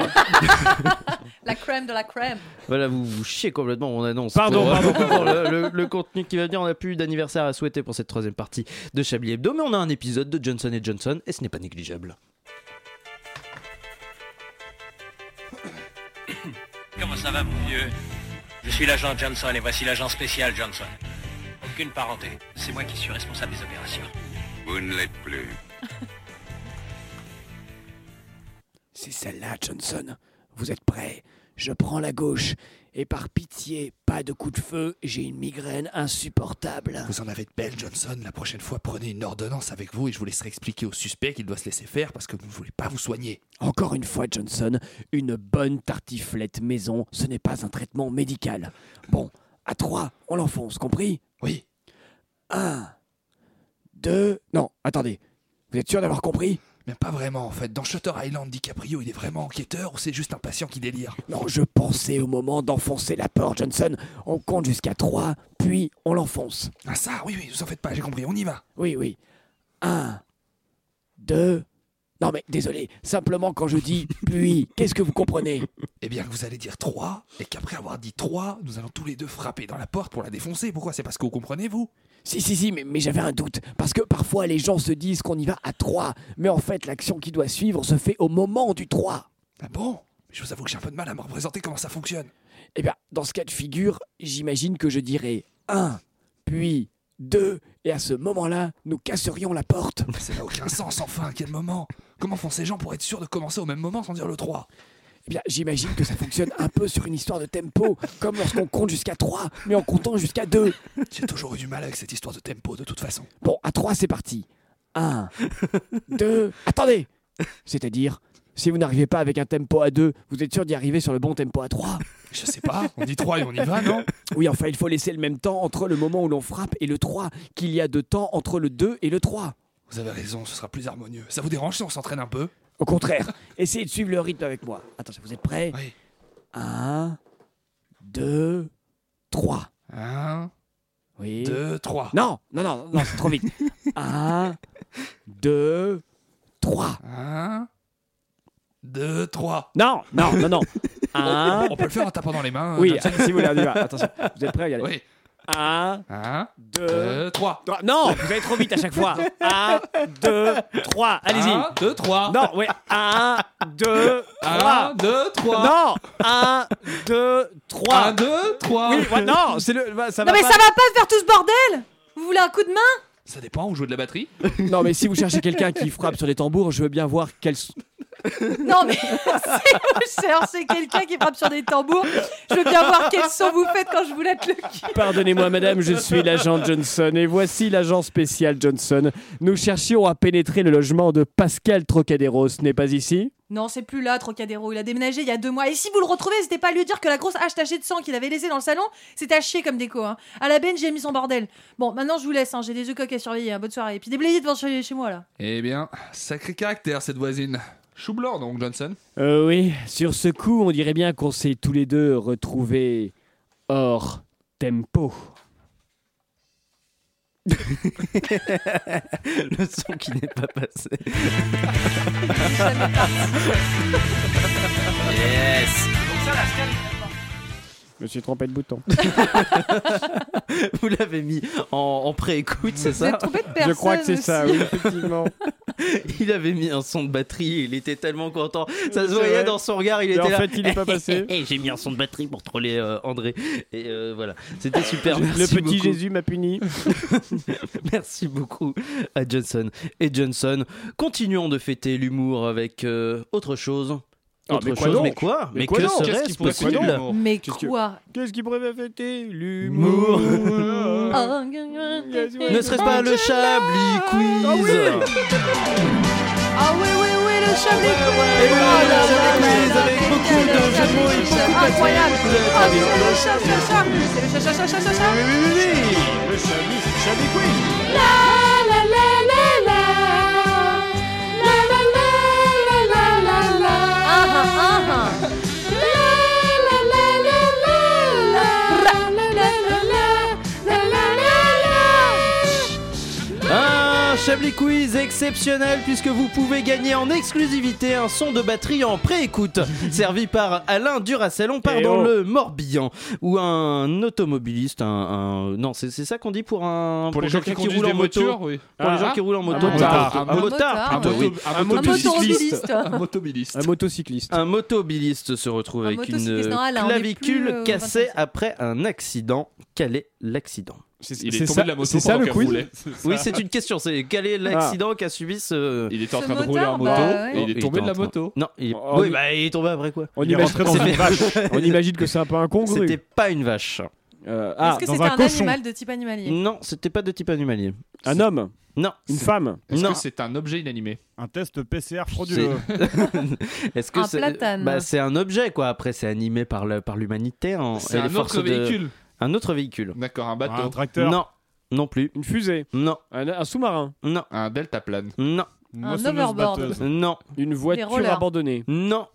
Speaker 8: La crème de la crème.
Speaker 1: Voilà, vous, vous chiez complètement mon annonce.
Speaker 2: Pardon,
Speaker 1: Pour,
Speaker 2: pardon.
Speaker 1: pour le, le- le contenu qui va venir, on n'a plus d'anniversaire à souhaiter pour cette troisième partie de Chablis Hebdo, mais on a un épisode de Johnson Johnson et ce n'est pas négligeable.
Speaker 4: Comment ça va, mon vieux Je suis l'agent Johnson et voici l'agent spécial Johnson. Aucune parenté. C'est moi qui suis responsable des opérations.
Speaker 10: Vous ne l'êtes plus.
Speaker 12: C'est celle-là, Johnson. Vous êtes prêts Je prends la gauche. Et par pitié, pas de coup de feu, j'ai une migraine insupportable.
Speaker 13: Vous en avez de belles, Johnson. La prochaine fois, prenez une ordonnance avec vous et je vous laisserai expliquer au suspect qu'il doit se laisser faire parce que vous ne voulez pas vous soigner.
Speaker 12: Encore une fois, Johnson, une bonne tartiflette maison, ce n'est pas un traitement médical. Bon, à trois, on l'enfonce, compris
Speaker 13: Oui.
Speaker 12: Un, deux... Non, attendez. Vous êtes sûr d'avoir compris
Speaker 13: Mais pas vraiment, en fait. Dans Shutter Island, DiCaprio, il est vraiment enquêteur ou c'est juste un patient qui délire
Speaker 12: Non, je pensais au moment d'enfoncer la porte, Johnson. On compte jusqu'à trois, puis on l'enfonce.
Speaker 13: Ah ça, oui, oui, vous en faites pas, j'ai compris, on y va.
Speaker 12: Oui, oui. Un, deux... Non mais désolé, simplement quand je dis puis, qu'est-ce que vous comprenez
Speaker 13: Eh bien, que vous allez dire 3 et qu'après avoir dit 3, nous allons tous les deux frapper dans la porte pour la défoncer. Pourquoi C'est parce que vous comprenez, vous
Speaker 12: Si, si, si, mais, mais j'avais un doute. Parce que parfois, les gens se disent qu'on y va à 3. Mais en fait, l'action qui doit suivre se fait au moment du 3.
Speaker 13: Ah bon Je vous avoue que j'ai un peu de mal à me représenter comment ça fonctionne.
Speaker 12: Eh bien, dans ce cas de figure, j'imagine que je dirais 1, puis 2. Et à ce moment-là, nous casserions la porte.
Speaker 13: Ça n'a aucun sens, enfin, à quel moment Comment font ces gens pour être sûrs de commencer au même moment sans dire le 3
Speaker 12: Eh bien, j'imagine que ça fonctionne un peu sur une histoire de tempo, comme lorsqu'on compte jusqu'à 3, mais en comptant jusqu'à 2.
Speaker 13: J'ai toujours eu du mal avec cette histoire de tempo, de toute façon.
Speaker 12: Bon, à 3, c'est parti. 1, 2. Attendez C'est-à-dire, si vous n'arrivez pas avec un tempo à 2, vous êtes sûr d'y arriver sur le bon tempo à 3
Speaker 13: Je sais pas, on dit 3 et on y va, non
Speaker 12: Oui, enfin, il faut laisser le même temps entre le moment où l'on frappe et le 3, qu'il y a de temps entre le 2 et le 3.
Speaker 13: Vous avez raison, ce sera plus harmonieux. Ça vous dérange si on s'entraîne un peu
Speaker 12: Au contraire, essayez de suivre le rythme avec moi. Attention, vous êtes prêts 1, 2, 3.
Speaker 13: 1,
Speaker 12: Oui.
Speaker 13: 2, 3.
Speaker 12: Non, non, non, non, c'est trop vite. 1, 2, 3.
Speaker 13: 1, 2, 3.
Speaker 12: Non, non, non, non. 1,
Speaker 13: On peut le faire en tapant dans les mains.
Speaker 12: oui,
Speaker 13: Johnson
Speaker 12: si vous voulez, on y va. Attention, vous êtes prêts, regardez.
Speaker 13: Oui.
Speaker 12: 1,
Speaker 13: 1,
Speaker 12: 2,
Speaker 13: 3.
Speaker 12: Non, vous allez trop vite à chaque fois.
Speaker 14: Ah.
Speaker 12: 1, 2, 3, allez-y.
Speaker 13: 1, 2, 3.
Speaker 12: Non, ouais. 1, 2, 3.
Speaker 9: 1, 2, 3.
Speaker 12: Non 1, 2, 3.
Speaker 9: 1, 2, 3.
Speaker 12: Oui, ouais, non, c'est le. bah, Ça
Speaker 8: Non
Speaker 12: va
Speaker 8: mais
Speaker 12: pas.
Speaker 8: ça va pas faire tout ce bordel Vous voulez un coup de main
Speaker 13: Ça dépend, on joue de la batterie
Speaker 12: Non, mais si vous cherchez quelqu'un qui frappe sur les tambours, je veux bien voir quel.
Speaker 8: Non mais si vous cherchez quelqu'un qui frappe sur des tambours, je veux bien voir quel son vous faites quand je vous latte le cul.
Speaker 2: Pardonnez-moi, madame, je suis l'agent Johnson et voici l'agent spécial Johnson. Nous cherchions à pénétrer le logement de Pascal Trocadéro. Ce n'est pas ici
Speaker 8: Non, c'est plus là, Trocadéro. Il a déménagé il y a deux mois. Et si vous le retrouvez, n'hésitez pas à lui dire que la grosse hache tachée de sang qu'il avait laissée dans le salon, c'était à chier comme déco. Hein. À la benne, j'ai mis son bordel. Bon, maintenant je vous laisse. hein. J'ai des œufs coques à surveiller. hein. Bonne soirée. Et puis déblayez devant chez, chez moi là.
Speaker 9: Eh bien, sacré caractère cette voisine. Chou blanc donc Johnson.
Speaker 2: Euh, oui, sur ce coup, on dirait bien qu'on s'est tous les deux retrouvés hors tempo.
Speaker 1: Le son qui n'est pas passé. yes
Speaker 2: Je me suis trompé de bouton.
Speaker 1: Vous l'avez mis en, en pré-écoute, c'est
Speaker 8: Vous
Speaker 1: ça
Speaker 8: êtes trompé de personne.
Speaker 2: Je crois que c'est ça,
Speaker 8: aussi.
Speaker 2: oui, effectivement.
Speaker 1: Il avait mis un son de batterie et il était tellement content. Ça se
Speaker 2: C'est
Speaker 1: voyait
Speaker 2: vrai.
Speaker 1: dans son regard, il
Speaker 2: Et
Speaker 1: était
Speaker 2: en
Speaker 1: là.
Speaker 2: fait, il est pas passé.
Speaker 1: Eh, J'ai mis un son de batterie pour troller euh, André. Et euh, voilà, c'était super. Merci
Speaker 2: le petit
Speaker 1: beaucoup.
Speaker 2: Jésus m'a puni.
Speaker 1: Merci beaucoup à Johnson. Et Johnson, continuons de fêter l'humour avec euh, autre chose.
Speaker 2: Ah,
Speaker 1: Autre
Speaker 2: mais quoi
Speaker 1: chose,
Speaker 2: donc
Speaker 1: mais quoi
Speaker 2: Mais
Speaker 1: Mais
Speaker 2: quoi
Speaker 1: que
Speaker 2: donc
Speaker 9: Qu'est-ce
Speaker 1: serait-ce
Speaker 9: qui pourrait
Speaker 1: possible
Speaker 9: faire l'humour
Speaker 8: Mais
Speaker 2: Qu'est-ce que-
Speaker 8: quoi
Speaker 2: Qu'est-ce qui pourrait fêter
Speaker 1: L'humour.
Speaker 8: Ne
Speaker 1: Ne serait-ce pas le Chablis Quiz
Speaker 8: Ah oui, oui, oui, le Chablis Quiz
Speaker 14: oui,
Speaker 8: Ah
Speaker 14: oui,
Speaker 8: là
Speaker 14: le
Speaker 8: là
Speaker 14: Chablis
Speaker 8: là
Speaker 14: Quiz,
Speaker 8: là,
Speaker 14: avec
Speaker 8: quel
Speaker 14: beaucoup
Speaker 8: gars,
Speaker 14: de
Speaker 8: le
Speaker 14: jeux de mots,
Speaker 8: Chablis
Speaker 14: il
Speaker 8: Quiz,
Speaker 14: faut tout
Speaker 8: Incroyable
Speaker 14: à fait.
Speaker 8: Ah, c'est le chat, le chat C'est le chat, chat, chat, chat, chat Oui, oui, oui,
Speaker 14: Le Chablis, Chablis Quiz
Speaker 8: La la la la la La la la la la la la Ah ah ah ah
Speaker 1: Un Chablis Quiz exceptionnel puisque vous pouvez gagner en exclusivité un son de batterie en pré-écoute servi par Alain Duracel. On part
Speaker 2: Eh
Speaker 1: dans
Speaker 2: oh.
Speaker 1: le Morbihan où un automobiliste, un, un- non c'est c'est ça qu'on dit pour un
Speaker 9: Pour les gens qui
Speaker 1: quelqu'un
Speaker 9: conduisent
Speaker 1: roule
Speaker 9: des
Speaker 1: en moto.
Speaker 9: voitures, oui.
Speaker 1: Pour les
Speaker 9: Ah,
Speaker 1: gens
Speaker 9: ah.
Speaker 1: qui roulent en
Speaker 9: Un
Speaker 1: moto,
Speaker 9: motard.
Speaker 1: un motard,
Speaker 9: Un
Speaker 1: pardon, oui.
Speaker 9: motard. Un motocycliste. Un motobiliste.
Speaker 1: un motocycliste, un motobiliste se retrouve avec une
Speaker 8: motocycliste, non, Alain, on est
Speaker 1: clavicule
Speaker 8: plus, euh,
Speaker 1: cassée après un accident. Quel est l'accident
Speaker 9: Il est c'est tombé ça- de la moto c'est ça pendant le qu'elle quiz roulait. C'est ça.
Speaker 1: Oui, c'est une question. C'est quel est l'accident qu'a subi ce
Speaker 9: Il était en
Speaker 1: Ce
Speaker 9: train de rouler en moto
Speaker 1: motard, bah ouais.
Speaker 9: et il est tombé de la moto.
Speaker 1: Non, il...
Speaker 9: Oh,
Speaker 1: oui,
Speaker 9: on-
Speaker 1: bah, il est tombé après quoi
Speaker 2: On
Speaker 1: Il est
Speaker 2: imagine-
Speaker 1: rentré dans
Speaker 2: c'est
Speaker 1: une
Speaker 2: fait-
Speaker 1: vache.
Speaker 2: On imagine que c'est un peu incongru.
Speaker 1: C'était pas une vache.
Speaker 9: Euh,
Speaker 8: Est-ce que c'était un animal de type animalier
Speaker 1: Non, c'était pas de type animalier.
Speaker 2: Un homme
Speaker 1: Non.
Speaker 2: Une femme
Speaker 9: Est-ce
Speaker 1: Non.
Speaker 9: que c'est un objet inanimé
Speaker 11: Un test PCR
Speaker 1: C'est-
Speaker 11: frauduleux.
Speaker 1: Est-ce que
Speaker 8: Un
Speaker 1: c'est-
Speaker 8: platane.
Speaker 1: bah, c'est un objet quoi Après, c'est animé par le- par l'humanité. en-
Speaker 9: C'est
Speaker 1: et les
Speaker 9: un autre
Speaker 1: forces de-
Speaker 9: véhicule.
Speaker 1: Un autre véhicule.
Speaker 9: D'accord, un bateau.
Speaker 1: Non, non plus.
Speaker 2: Une fusée
Speaker 1: Non.
Speaker 2: Un, un sous-marin
Speaker 1: Non.
Speaker 9: Un deltaplane
Speaker 1: Non.
Speaker 2: Une
Speaker 8: Un
Speaker 2: moissonneuse
Speaker 8: hoverboard.
Speaker 2: batteuse.
Speaker 1: Non.
Speaker 2: Une
Speaker 8: Des
Speaker 2: voiture
Speaker 8: rollers.
Speaker 2: abandonnée
Speaker 1: Non.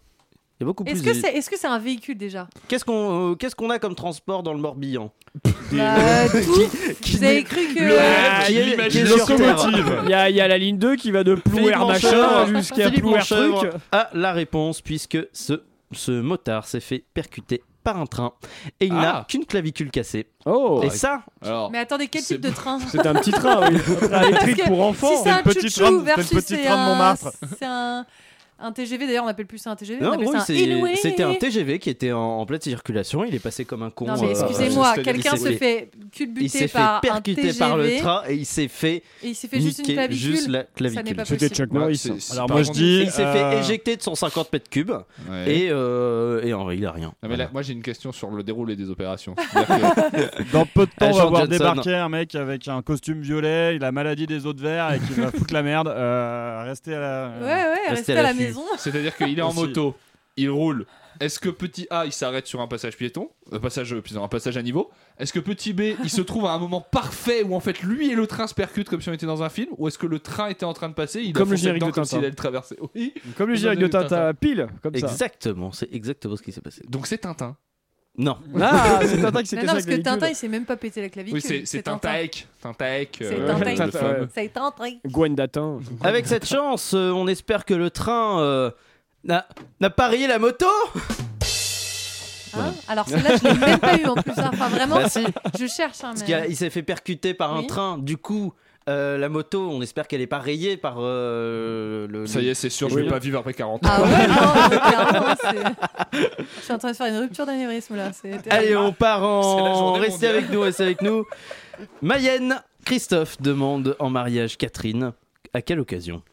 Speaker 1: Il y a beaucoup
Speaker 8: Est-ce
Speaker 1: plus.
Speaker 8: que
Speaker 1: de-
Speaker 8: c'est est-ce que c'est un véhicule déjà
Speaker 1: Qu'est-ce qu'on euh, qu'est-ce qu'on a comme transport dans le Morbihan
Speaker 8: Bah, tout. Vous avez cru que Ah,
Speaker 1: Le- qui est- qui est sur Terre.
Speaker 2: Il y, a- il y a la ligne 2 qui va de
Speaker 1: Ah, Philippe
Speaker 2: Plouer machin
Speaker 1: Manchevre-
Speaker 2: jusqu'à
Speaker 1: Philippe
Speaker 2: Plouer
Speaker 1: Manchevre
Speaker 2: truc.
Speaker 1: a la réponse puisque ce, ce motard s'est fait percuter par un train et il
Speaker 2: Ah.
Speaker 1: n'a qu'une clavicule cassée.
Speaker 2: Oh
Speaker 1: Et ça
Speaker 9: Alors,
Speaker 8: Mais attendez, quel type de train
Speaker 2: C'est un petit train, oui. Un train électrique
Speaker 8: Parce que
Speaker 2: pour enfants.
Speaker 8: Si c'est un
Speaker 2: C'est le petit
Speaker 8: chouchou
Speaker 2: train de- c'est le
Speaker 8: versus
Speaker 2: petit
Speaker 8: c'est
Speaker 2: train de
Speaker 8: un-
Speaker 2: Montmartre.
Speaker 8: C'est un, un TGV, d'ailleurs on appelle plus ça un TGV, on
Speaker 1: Non,
Speaker 8: appelle
Speaker 1: oui,
Speaker 8: ça un
Speaker 1: c'est-
Speaker 8: Inoué.
Speaker 1: c'était un TGV qui était en, en pleine circulation. Il est passé comme un con.
Speaker 8: Non mais
Speaker 1: euh,
Speaker 8: excusez-moi,
Speaker 1: euh,
Speaker 8: quelqu'un
Speaker 1: il s'est
Speaker 8: se fait culbuter
Speaker 1: Il s'est fait
Speaker 8: par un
Speaker 1: percuter
Speaker 8: TGV.
Speaker 1: par le train et il s'est fait.
Speaker 8: Et il s'est fait juste une
Speaker 1: niquer
Speaker 8: clavicule.
Speaker 1: juste la
Speaker 8: Ça
Speaker 1: clavicule.
Speaker 8: n'est pas C'était possible. Chuck
Speaker 11: Norris. Alors moi, je dis,
Speaker 1: Il s'est
Speaker 11: euh,
Speaker 1: fait éjecter de son 50 mètres cubes
Speaker 9: Ouais.
Speaker 1: et, euh, et en- il a rien.
Speaker 9: Non, mais là, moi j'ai une question sur le déroulé des opérations. C'est-à-dire que-
Speaker 11: Dans peu de temps, on va
Speaker 1: Agent
Speaker 11: voir
Speaker 1: Johnson.
Speaker 11: débarquer un mec avec un costume violet, il a maladie des eaux de verre et qui va foutre la merde. Euh, restez à la.
Speaker 8: Ouais, ouais, restez, à la maison.
Speaker 9: Ah. C'est-à-dire qu'il est en
Speaker 11: Aussi.
Speaker 9: moto, il roule. Est-ce que petit A il s'arrête sur un passage piéton, un passage, euh, piéton, un passage à niveau Est-ce que petit B il se trouve à un moment parfait où en fait lui et le train se percutent comme si on était dans un film Ou est-ce que le train était en train de passer il a
Speaker 2: Comme le
Speaker 9: foncé
Speaker 2: générique
Speaker 9: dedans
Speaker 2: de
Speaker 9: comme
Speaker 2: Tintin.
Speaker 9: s'il allait le traverser Oui.
Speaker 2: Comme le générique de Tintin, pile, comme ça.
Speaker 1: Exactement, c'est exactement ce qui s'est passé.
Speaker 9: Donc c'est Tintin.
Speaker 1: Non.
Speaker 2: Ah, c'est Tintin qui s'est cassé
Speaker 8: Mais non, parce
Speaker 2: avec
Speaker 8: que
Speaker 2: la ligne
Speaker 8: Tintin, il s'est même pas pété la clavicule.
Speaker 9: Oui, c'est- c'est un taek. Un taek.
Speaker 8: C'est
Speaker 9: euh,
Speaker 8: un
Speaker 9: le
Speaker 8: taek.
Speaker 9: fameux.
Speaker 8: C'est Tintin.
Speaker 2: Gwen Datin.
Speaker 1: Avec cette chance, euh, on espère que le train euh, n'a n'a pas rayé la moto.
Speaker 8: Hein Alors celle-là, je l'ai même pas eu en plus. hein. Enfin, vraiment,
Speaker 1: Bah si.
Speaker 8: je cherche. Hein,
Speaker 1: Parce
Speaker 8: mais-
Speaker 1: qu'il a- il s'est fait percuter par un
Speaker 8: Oui.
Speaker 1: train. Du coup, euh, la moto, on espère qu'elle n'est pas rayée par euh, le.
Speaker 9: Ça y est, c'est sûr, je vais pas vivre après 40 ans.
Speaker 8: Ah ouais, non, mais clairement, c'est- Je suis en train de faire une rupture d'anévrisme là. c'est terrible.
Speaker 1: Allez, on part
Speaker 8: C'est la
Speaker 1: en.
Speaker 8: journée
Speaker 1: Restez
Speaker 8: mondiale.
Speaker 1: avec nous, restez avec nous. Mayenne, Christophe demande en mariage Catherine. À quelle occasion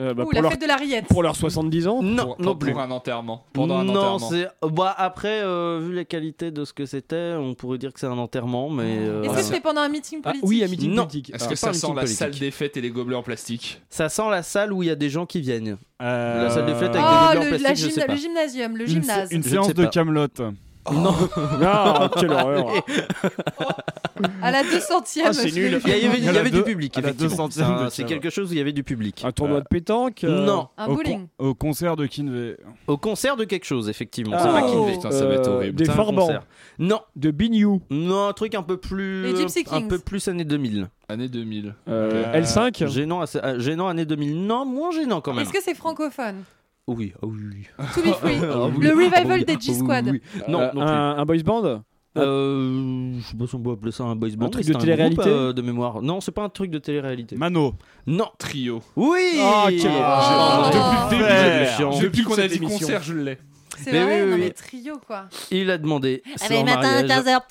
Speaker 2: Euh, bah,
Speaker 8: Ouh, la fête de la rillette.
Speaker 2: Pour leurs 70 ans
Speaker 1: Non,
Speaker 9: Pour-
Speaker 1: non
Speaker 9: pour-
Speaker 1: plus.
Speaker 9: Pour un enterrement. Pendant un
Speaker 1: non,
Speaker 9: enterrement.
Speaker 1: c'est. Bah, après, euh, vu la qualité de ce que c'était, on pourrait dire que c'est un enterrement, mais. euh,
Speaker 8: Est-ce que c'était pendant un meeting politique
Speaker 1: Non.
Speaker 9: Est-ce
Speaker 1: Ah,
Speaker 9: que ça
Speaker 1: pas un
Speaker 9: sent
Speaker 1: meeting
Speaker 9: la
Speaker 1: politique.
Speaker 9: salle des fêtes et les gobelets en plastique
Speaker 1: Ça sent la salle où il y a des gens qui viennent. La salle des fêtes avec
Speaker 8: Oh,
Speaker 1: des
Speaker 8: le-
Speaker 1: meubles en
Speaker 8: la
Speaker 1: plastique, je
Speaker 8: gymna-
Speaker 1: sais pas.
Speaker 8: le gymnasium, le
Speaker 11: Euh, Une
Speaker 8: gymnase.
Speaker 11: sé- Une,
Speaker 1: Je ne
Speaker 11: séance
Speaker 1: sais
Speaker 11: de
Speaker 1: pas.
Speaker 11: Camelot.
Speaker 1: Non.
Speaker 2: Ah, quelle horreur.
Speaker 8: À la 200ème.
Speaker 1: Oh,
Speaker 2: Ah,
Speaker 1: Il y avait, il y
Speaker 11: Elle a
Speaker 1: avait
Speaker 11: deux-
Speaker 1: du public,
Speaker 11: elle a
Speaker 1: effectivement.
Speaker 11: 200
Speaker 1: C'est un-
Speaker 11: de
Speaker 1: C'est
Speaker 11: ça,
Speaker 1: quelque chose où il y avait du public.
Speaker 2: Un tournoi de pétanque euh,
Speaker 1: Non.
Speaker 8: Un
Speaker 11: au
Speaker 8: bowling.
Speaker 11: con- au concert de Kinvey.
Speaker 1: Au concert de quelque chose, effectivement.
Speaker 2: Ah,
Speaker 1: c'est pas
Speaker 2: oh.
Speaker 1: Kinvey.
Speaker 9: Putain, ça va être
Speaker 2: Euh,
Speaker 9: horrible.
Speaker 2: Des
Speaker 1: C'est un
Speaker 2: Forbans.
Speaker 1: concert. Non.
Speaker 2: De Biniou.
Speaker 1: Non, un truc un peu plus.
Speaker 8: Les Gypsy
Speaker 1: Un
Speaker 8: Kings.
Speaker 1: peu plus année 2000.
Speaker 9: Année 2000.
Speaker 2: Euh, L5
Speaker 1: Gênant, assez- ah, gênant année 2000. Non, moins gênant quand même.
Speaker 8: Est-ce que c'est francophone
Speaker 1: Oui, ah oui.
Speaker 8: To be free.
Speaker 1: Ah oui.
Speaker 8: Le revival
Speaker 1: Ah oui,
Speaker 8: des G-Squad.
Speaker 1: ah oui, oui. Non,
Speaker 2: Euh,
Speaker 1: non plus.
Speaker 2: un, un boys band
Speaker 1: Euh, je sais pas si on peut appeler ça un boys band.
Speaker 2: Un truc
Speaker 1: c'est
Speaker 2: de télé-réalité
Speaker 1: groupe, euh, de mémoire. Non, c'est pas un truc de télé-réalité.
Speaker 11: Mano.
Speaker 1: Non.
Speaker 9: Trio.
Speaker 1: Oui
Speaker 2: Ah, quel-
Speaker 1: Ah,
Speaker 9: Depuis le
Speaker 1: ouais,
Speaker 9: début,
Speaker 1: c'est chiant.
Speaker 9: Depuis qu'on a
Speaker 2: cette
Speaker 9: dit
Speaker 2: émission.
Speaker 9: concert, je l'ai.
Speaker 8: C'est
Speaker 1: Mais
Speaker 8: vrai,
Speaker 1: oui,
Speaker 8: non
Speaker 1: oui,
Speaker 8: mais
Speaker 1: oui.
Speaker 8: trio quoi.
Speaker 1: Il a demandé. c'est
Speaker 8: Allez,
Speaker 1: en
Speaker 8: matin,
Speaker 1: mariage.
Speaker 8: 15h.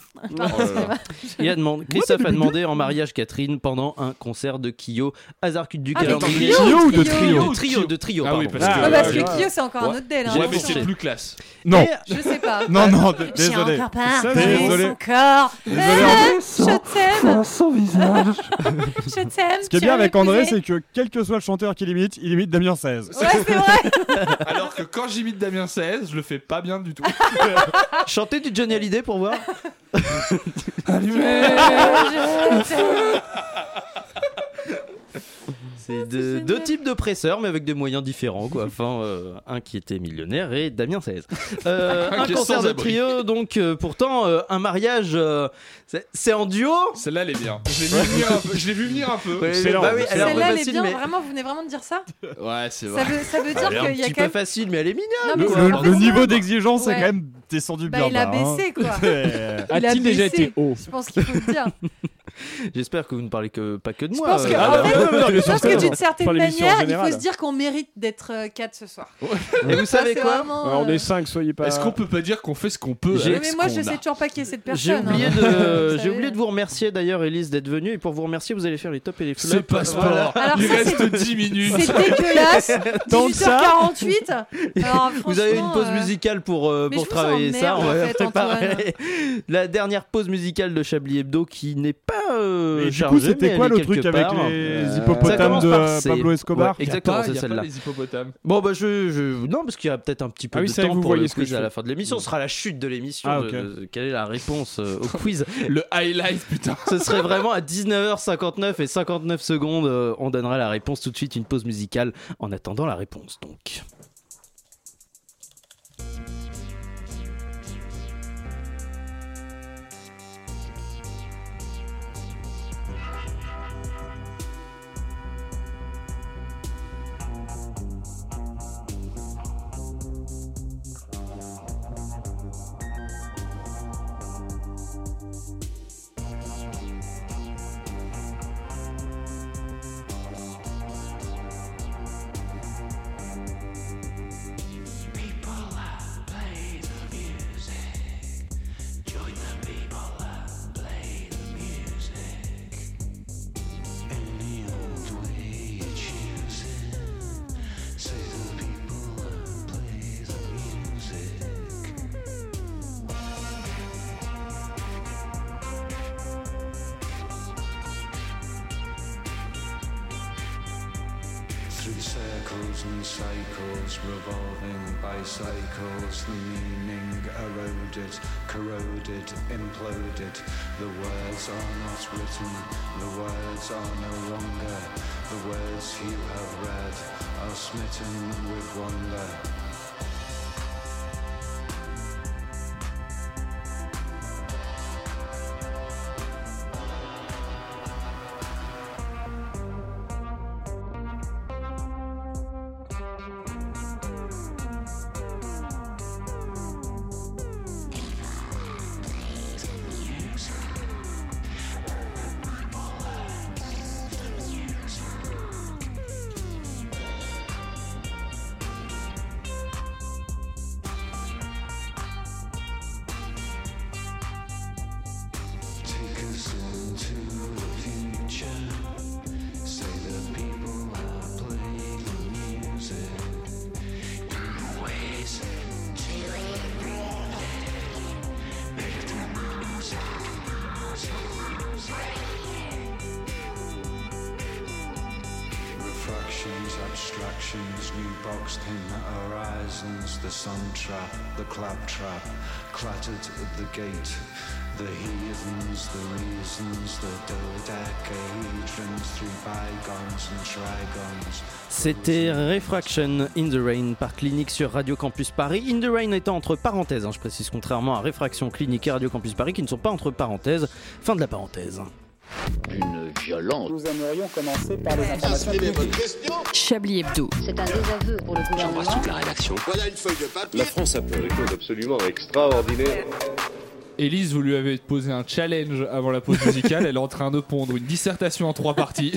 Speaker 1: Il a demandé, Christophe a demandé en mariage Catherine pendant un concert de Kyo. Hasard du
Speaker 8: Ah, de
Speaker 1: calendrier.
Speaker 8: Kyo ou de
Speaker 1: Trio
Speaker 8: Trio
Speaker 1: De trio, de trio,
Speaker 9: Ah oui,
Speaker 1: pardon.
Speaker 9: parce que- Ah,
Speaker 8: parce que
Speaker 9: ouais,
Speaker 8: Kyo, c'est encore un
Speaker 1: Ouais.
Speaker 8: autre délai. hein,
Speaker 9: Ouais, mais
Speaker 8: attention.
Speaker 9: c'est plus classe.
Speaker 11: Non.
Speaker 8: Je sais pas.
Speaker 11: Non, non, d-
Speaker 8: J'ai
Speaker 11: désolé.
Speaker 8: encore pas
Speaker 11: Désolé.
Speaker 8: désolé. son corps.
Speaker 11: Désolé.
Speaker 8: Eh, je t'aime. t'aime.
Speaker 11: son visage.
Speaker 8: Je t'aime.
Speaker 11: Ce qui est
Speaker 8: tu
Speaker 11: bien
Speaker 8: vas
Speaker 11: avec André,
Speaker 8: m'épouser.
Speaker 11: c'est que quel que soit le chanteur qu'il imite, il imite Damien 16.
Speaker 8: Ouais, c'est vrai.
Speaker 9: Alors que quand j'imite Damien 16, je le fais pas bien du tout.
Speaker 1: Chantez du Johnny Hallyday pour voir. C'est deux, deux types de presseurs, mais avec des moyens différents, quoi. Enfin, euh, un qui était millionnaire et Damien 16. Euh,
Speaker 9: Un
Speaker 1: un
Speaker 9: qui est
Speaker 1: concert
Speaker 9: sans
Speaker 1: de
Speaker 9: abri.
Speaker 1: trio, donc euh, pourtant, euh, un mariage, euh, c'est- c'est en duo.
Speaker 9: Celle-là, elle est bien. Je l'ai vu venir un peu. Je l'ai vu venir un peu.
Speaker 1: Ouais,
Speaker 9: Excellent.
Speaker 1: bah oui, elle est un peu
Speaker 8: Celle-là, elle est
Speaker 1: facile,
Speaker 8: bien.
Speaker 1: mais-
Speaker 8: Vraiment, vous venez vraiment de dire ça
Speaker 9: Ouais, c'est
Speaker 8: Ça veut- ça veut dire qu'il
Speaker 1: Elle est
Speaker 8: y a
Speaker 1: un Ah, petit
Speaker 8: quand
Speaker 1: peu
Speaker 8: même-
Speaker 1: facile, mais elle est mignonne.
Speaker 8: Non, mais
Speaker 1: quoi.
Speaker 8: c'est
Speaker 11: Le, le
Speaker 8: impressionnant.
Speaker 1: bah.
Speaker 11: niveau d'exigence est
Speaker 8: Ouais.
Speaker 11: quand même descendu
Speaker 8: Bah,
Speaker 11: bien
Speaker 8: il a
Speaker 11: bas, hein.
Speaker 8: baissé, quoi.
Speaker 11: Ouais.
Speaker 8: Il a
Speaker 11: A-t-il déjà
Speaker 8: baissé.
Speaker 11: été haut
Speaker 8: Je pense qu'il faut le dire.
Speaker 1: J'espère que vous ne parlez que pas que de
Speaker 8: Je
Speaker 1: moi.
Speaker 8: pense que,
Speaker 1: euh,
Speaker 8: en
Speaker 1: madame.
Speaker 8: fait, je pense que d'une certaine manière, il faut se dire qu'on mérite d'être 4 ce soir.
Speaker 1: Et vous
Speaker 8: Ça,
Speaker 1: savez
Speaker 8: c'est
Speaker 1: quoi
Speaker 8: vraiment,
Speaker 11: Ouais, on
Speaker 8: euh,
Speaker 11: est 5, soyez pas.
Speaker 9: Est-ce qu'on peut pas dire qu'on fait ce qu'on peut
Speaker 1: J'ai-
Speaker 8: Oui,
Speaker 9: avec
Speaker 8: mais
Speaker 9: ce
Speaker 8: moi,
Speaker 9: qu'on
Speaker 8: je
Speaker 9: a
Speaker 8: sais toujours pas qui est cette
Speaker 1: J'ai
Speaker 8: personne.
Speaker 1: oublié,
Speaker 8: hein.
Speaker 1: de,
Speaker 8: Vous
Speaker 1: j'ai
Speaker 8: savez.
Speaker 1: oublié de vous remercier d'ailleurs, Elise, d'être venue. Et pour vous remercier, vous allez faire les tops et les flops.
Speaker 9: C'est pas ce
Speaker 1: Voilà.
Speaker 9: sport. Il
Speaker 8: ça,
Speaker 9: reste
Speaker 8: c'est-
Speaker 9: 10 minutes.
Speaker 8: C'est dégueulasse.
Speaker 1: Tant que ça.
Speaker 8: 18h48. Alors,
Speaker 1: Vous avez une
Speaker 8: franchement,
Speaker 1: pause
Speaker 8: euh,
Speaker 1: musicale pour, euh,
Speaker 8: mais
Speaker 1: pour
Speaker 8: je vous
Speaker 1: travailler ça.
Speaker 8: emmerde,
Speaker 1: on va
Speaker 8: en fait,
Speaker 1: préparer la dernière pause musicale de Chablis Hebdo qui n'est pas euh,
Speaker 11: Et du
Speaker 1: chargée,
Speaker 11: coup, c'était
Speaker 1: mais
Speaker 11: quoi
Speaker 1: elle
Speaker 11: le
Speaker 1: est
Speaker 11: truc
Speaker 1: quelque
Speaker 11: avec
Speaker 1: part.
Speaker 11: les
Speaker 1: Ça
Speaker 11: hippopotames
Speaker 1: commence
Speaker 11: de,
Speaker 1: par
Speaker 11: euh,
Speaker 1: C.
Speaker 11: Pablo Escobar
Speaker 1: Ouais, exactement,
Speaker 9: pas- y
Speaker 1: c'est
Speaker 9: a pas
Speaker 1: celle-là.
Speaker 9: les hippopotames.
Speaker 1: Bon, bah, je, je- Non, parce qu'il y a peut-être un petit peu
Speaker 11: Ah oui,
Speaker 1: de
Speaker 11: ça y est,
Speaker 1: temps
Speaker 11: vous
Speaker 1: pour le
Speaker 11: voyez ce que
Speaker 1: quiz
Speaker 11: je
Speaker 1: à la
Speaker 11: fais.
Speaker 1: fin de l'émission. Ce sera la chute de l'émission.
Speaker 11: Ah,
Speaker 1: de-
Speaker 11: ok.
Speaker 1: de- quelle est la réponse euh, au quiz
Speaker 9: Le
Speaker 11: ah,
Speaker 9: highlight, putain.
Speaker 1: Ce serait vraiment à 19h59 et 59 secondes. euh, on donnera la réponse tout de suite, une pause musicale en attendant la réponse donc.
Speaker 15: Through circles and cycles, revolving bicycles, the meaning eroded, corroded, imploded. The words are not written, the words are no longer. The words you have read are smitten with wonder. Take us into the future. Say the people are playing the music. Always to Make the music, music, Refractions, abstractions, new boxed in horizons, the sun trap, the claptrap, clattered at the gate, the heathens, the reasons, the dodecahedrons through bygones and trigons.
Speaker 1: C'était Refraction in the Rain par Clinique sur Radio Campus Paris. In the Rain étant entre parenthèses, hein, je précise, contrairement à Réfraction Clinique et Radio Campus Paris qui ne sont pas entre parenthèses. Fin de la parenthèse.
Speaker 3: Une violence. Nous aimerions commencer par les informations
Speaker 6: Chablis Hebdo.
Speaker 7: C'est un désaveu pour le gouvernement.
Speaker 16: la rédaction.
Speaker 10: Voilà une feuille de papier.
Speaker 16: La France a fait des choses absolument extraordinaires.
Speaker 9: Élise, vous lui avez posé un challenge avant la pause musicale. Elle est en train de pondre une dissertation en trois parties.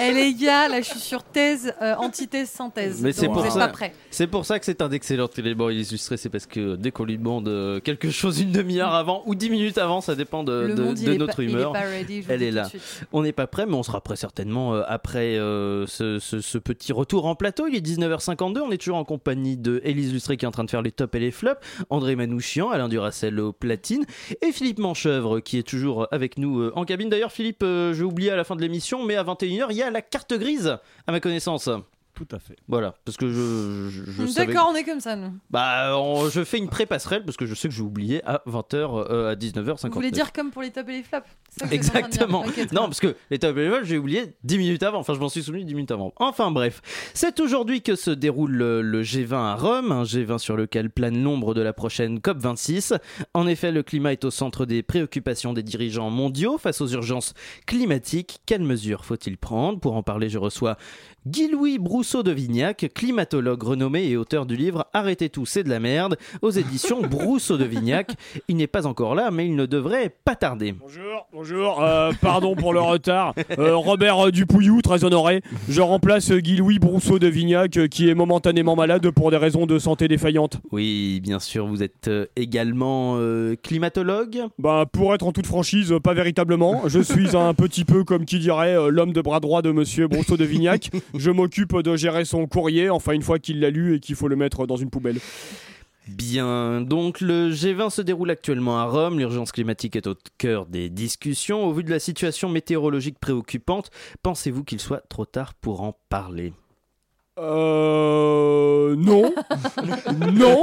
Speaker 8: Eh les gars, là je suis sur thèse, euh, antithèse, synthèse.
Speaker 1: Mais c'est
Speaker 8: Donc,
Speaker 1: pour,
Speaker 8: vous êtes
Speaker 1: ça-
Speaker 8: pas prêts.
Speaker 1: c'est pour ça que c'est un excellent téléban illustré. C'est parce que dès qu'on lui demande euh, quelque chose une demi-heure avant ou dix minutes avant, ça dépend de,
Speaker 8: Le
Speaker 1: de-
Speaker 8: monde,
Speaker 1: de
Speaker 8: il est
Speaker 1: notre
Speaker 8: pas- il est
Speaker 1: humeur.
Speaker 8: pas ready, je vous
Speaker 1: Elle
Speaker 8: le
Speaker 1: est
Speaker 8: dis
Speaker 1: là.
Speaker 8: tout de suite.
Speaker 1: On n'est pas prêt, mais on sera prêt certainement euh, après euh, ce, ce- ce petit retour en plateau. Il est 19h52. On est toujours en compagnie de Élise Lustré qui est en train de faire les tops et les flops, André Manouchian, Alain Duracel au platine et Philippe Manchevre qui est toujours avec nous euh, en cabine. D'ailleurs, Philippe, euh, j'ai oublié à la fin de l'émission, mais à 21h, il y a la carte grise à ma connaissance.
Speaker 17: Tout à fait.
Speaker 1: Voilà, parce que je, je, je savais-
Speaker 8: D'accord, on est comme ça, nous.
Speaker 1: Bah, on- je fais une pré-passerelle parce que je sais que j'ai oublié à 20h, à 19h59.
Speaker 8: Vous voulez dire comme pour les tops et les flops C'est ça que vous êtes en train de dire.
Speaker 1: Exactement.
Speaker 8: Ok, très
Speaker 1: non, parce que les Top Level, j'ai oublié 10 minutes avant. Enfin, je m'en suis souvenu 10 minutes avant. Enfin, bref. C'est aujourd'hui que se déroule le, le G20 à Rome, un G20 sur lequel plane l'ombre de la prochaine COP26. En effet, le climat est au centre des préoccupations des dirigeants mondiaux face aux urgences climatiques. Quelles mesures faut-il prendre Pour en parler, je reçois Guy-Louis Brousseau de Vignac, climatologue renommé et auteur du livre Arrêtez tout, c'est de la merde, aux éditions Brousseau de Vignac. Il n'est pas encore là, mais il ne devrait pas tarder.
Speaker 11: Bonjour, bonjour, euh, pardon pour le retard. Euh, Robert euh, Dupouillou, très honoré. Je remplace euh, Guy-Louis Brousseau de Vignac, euh, qui est momentanément malade pour des raisons de santé défaillante.
Speaker 1: Oui, bien sûr, vous êtes euh, également euh, climatologue.
Speaker 11: Bah, pour être en toute franchise, euh, pas véritablement. Je suis un petit peu, comme qui dirait, euh, l'homme de bras droit de monsieur Brousseau de Vignac. Je m'occupe de gérer son courrier, enfin, une fois qu'il l'a lu et qu'il faut le mettre dans une poubelle.
Speaker 1: Bien, donc le G20 se déroule actuellement à Rome, l'urgence climatique est au cœur des discussions. Au vu de la situation météorologique préoccupante, pensez-vous qu'il soit trop tard pour en parler
Speaker 11: Euh. Non. non.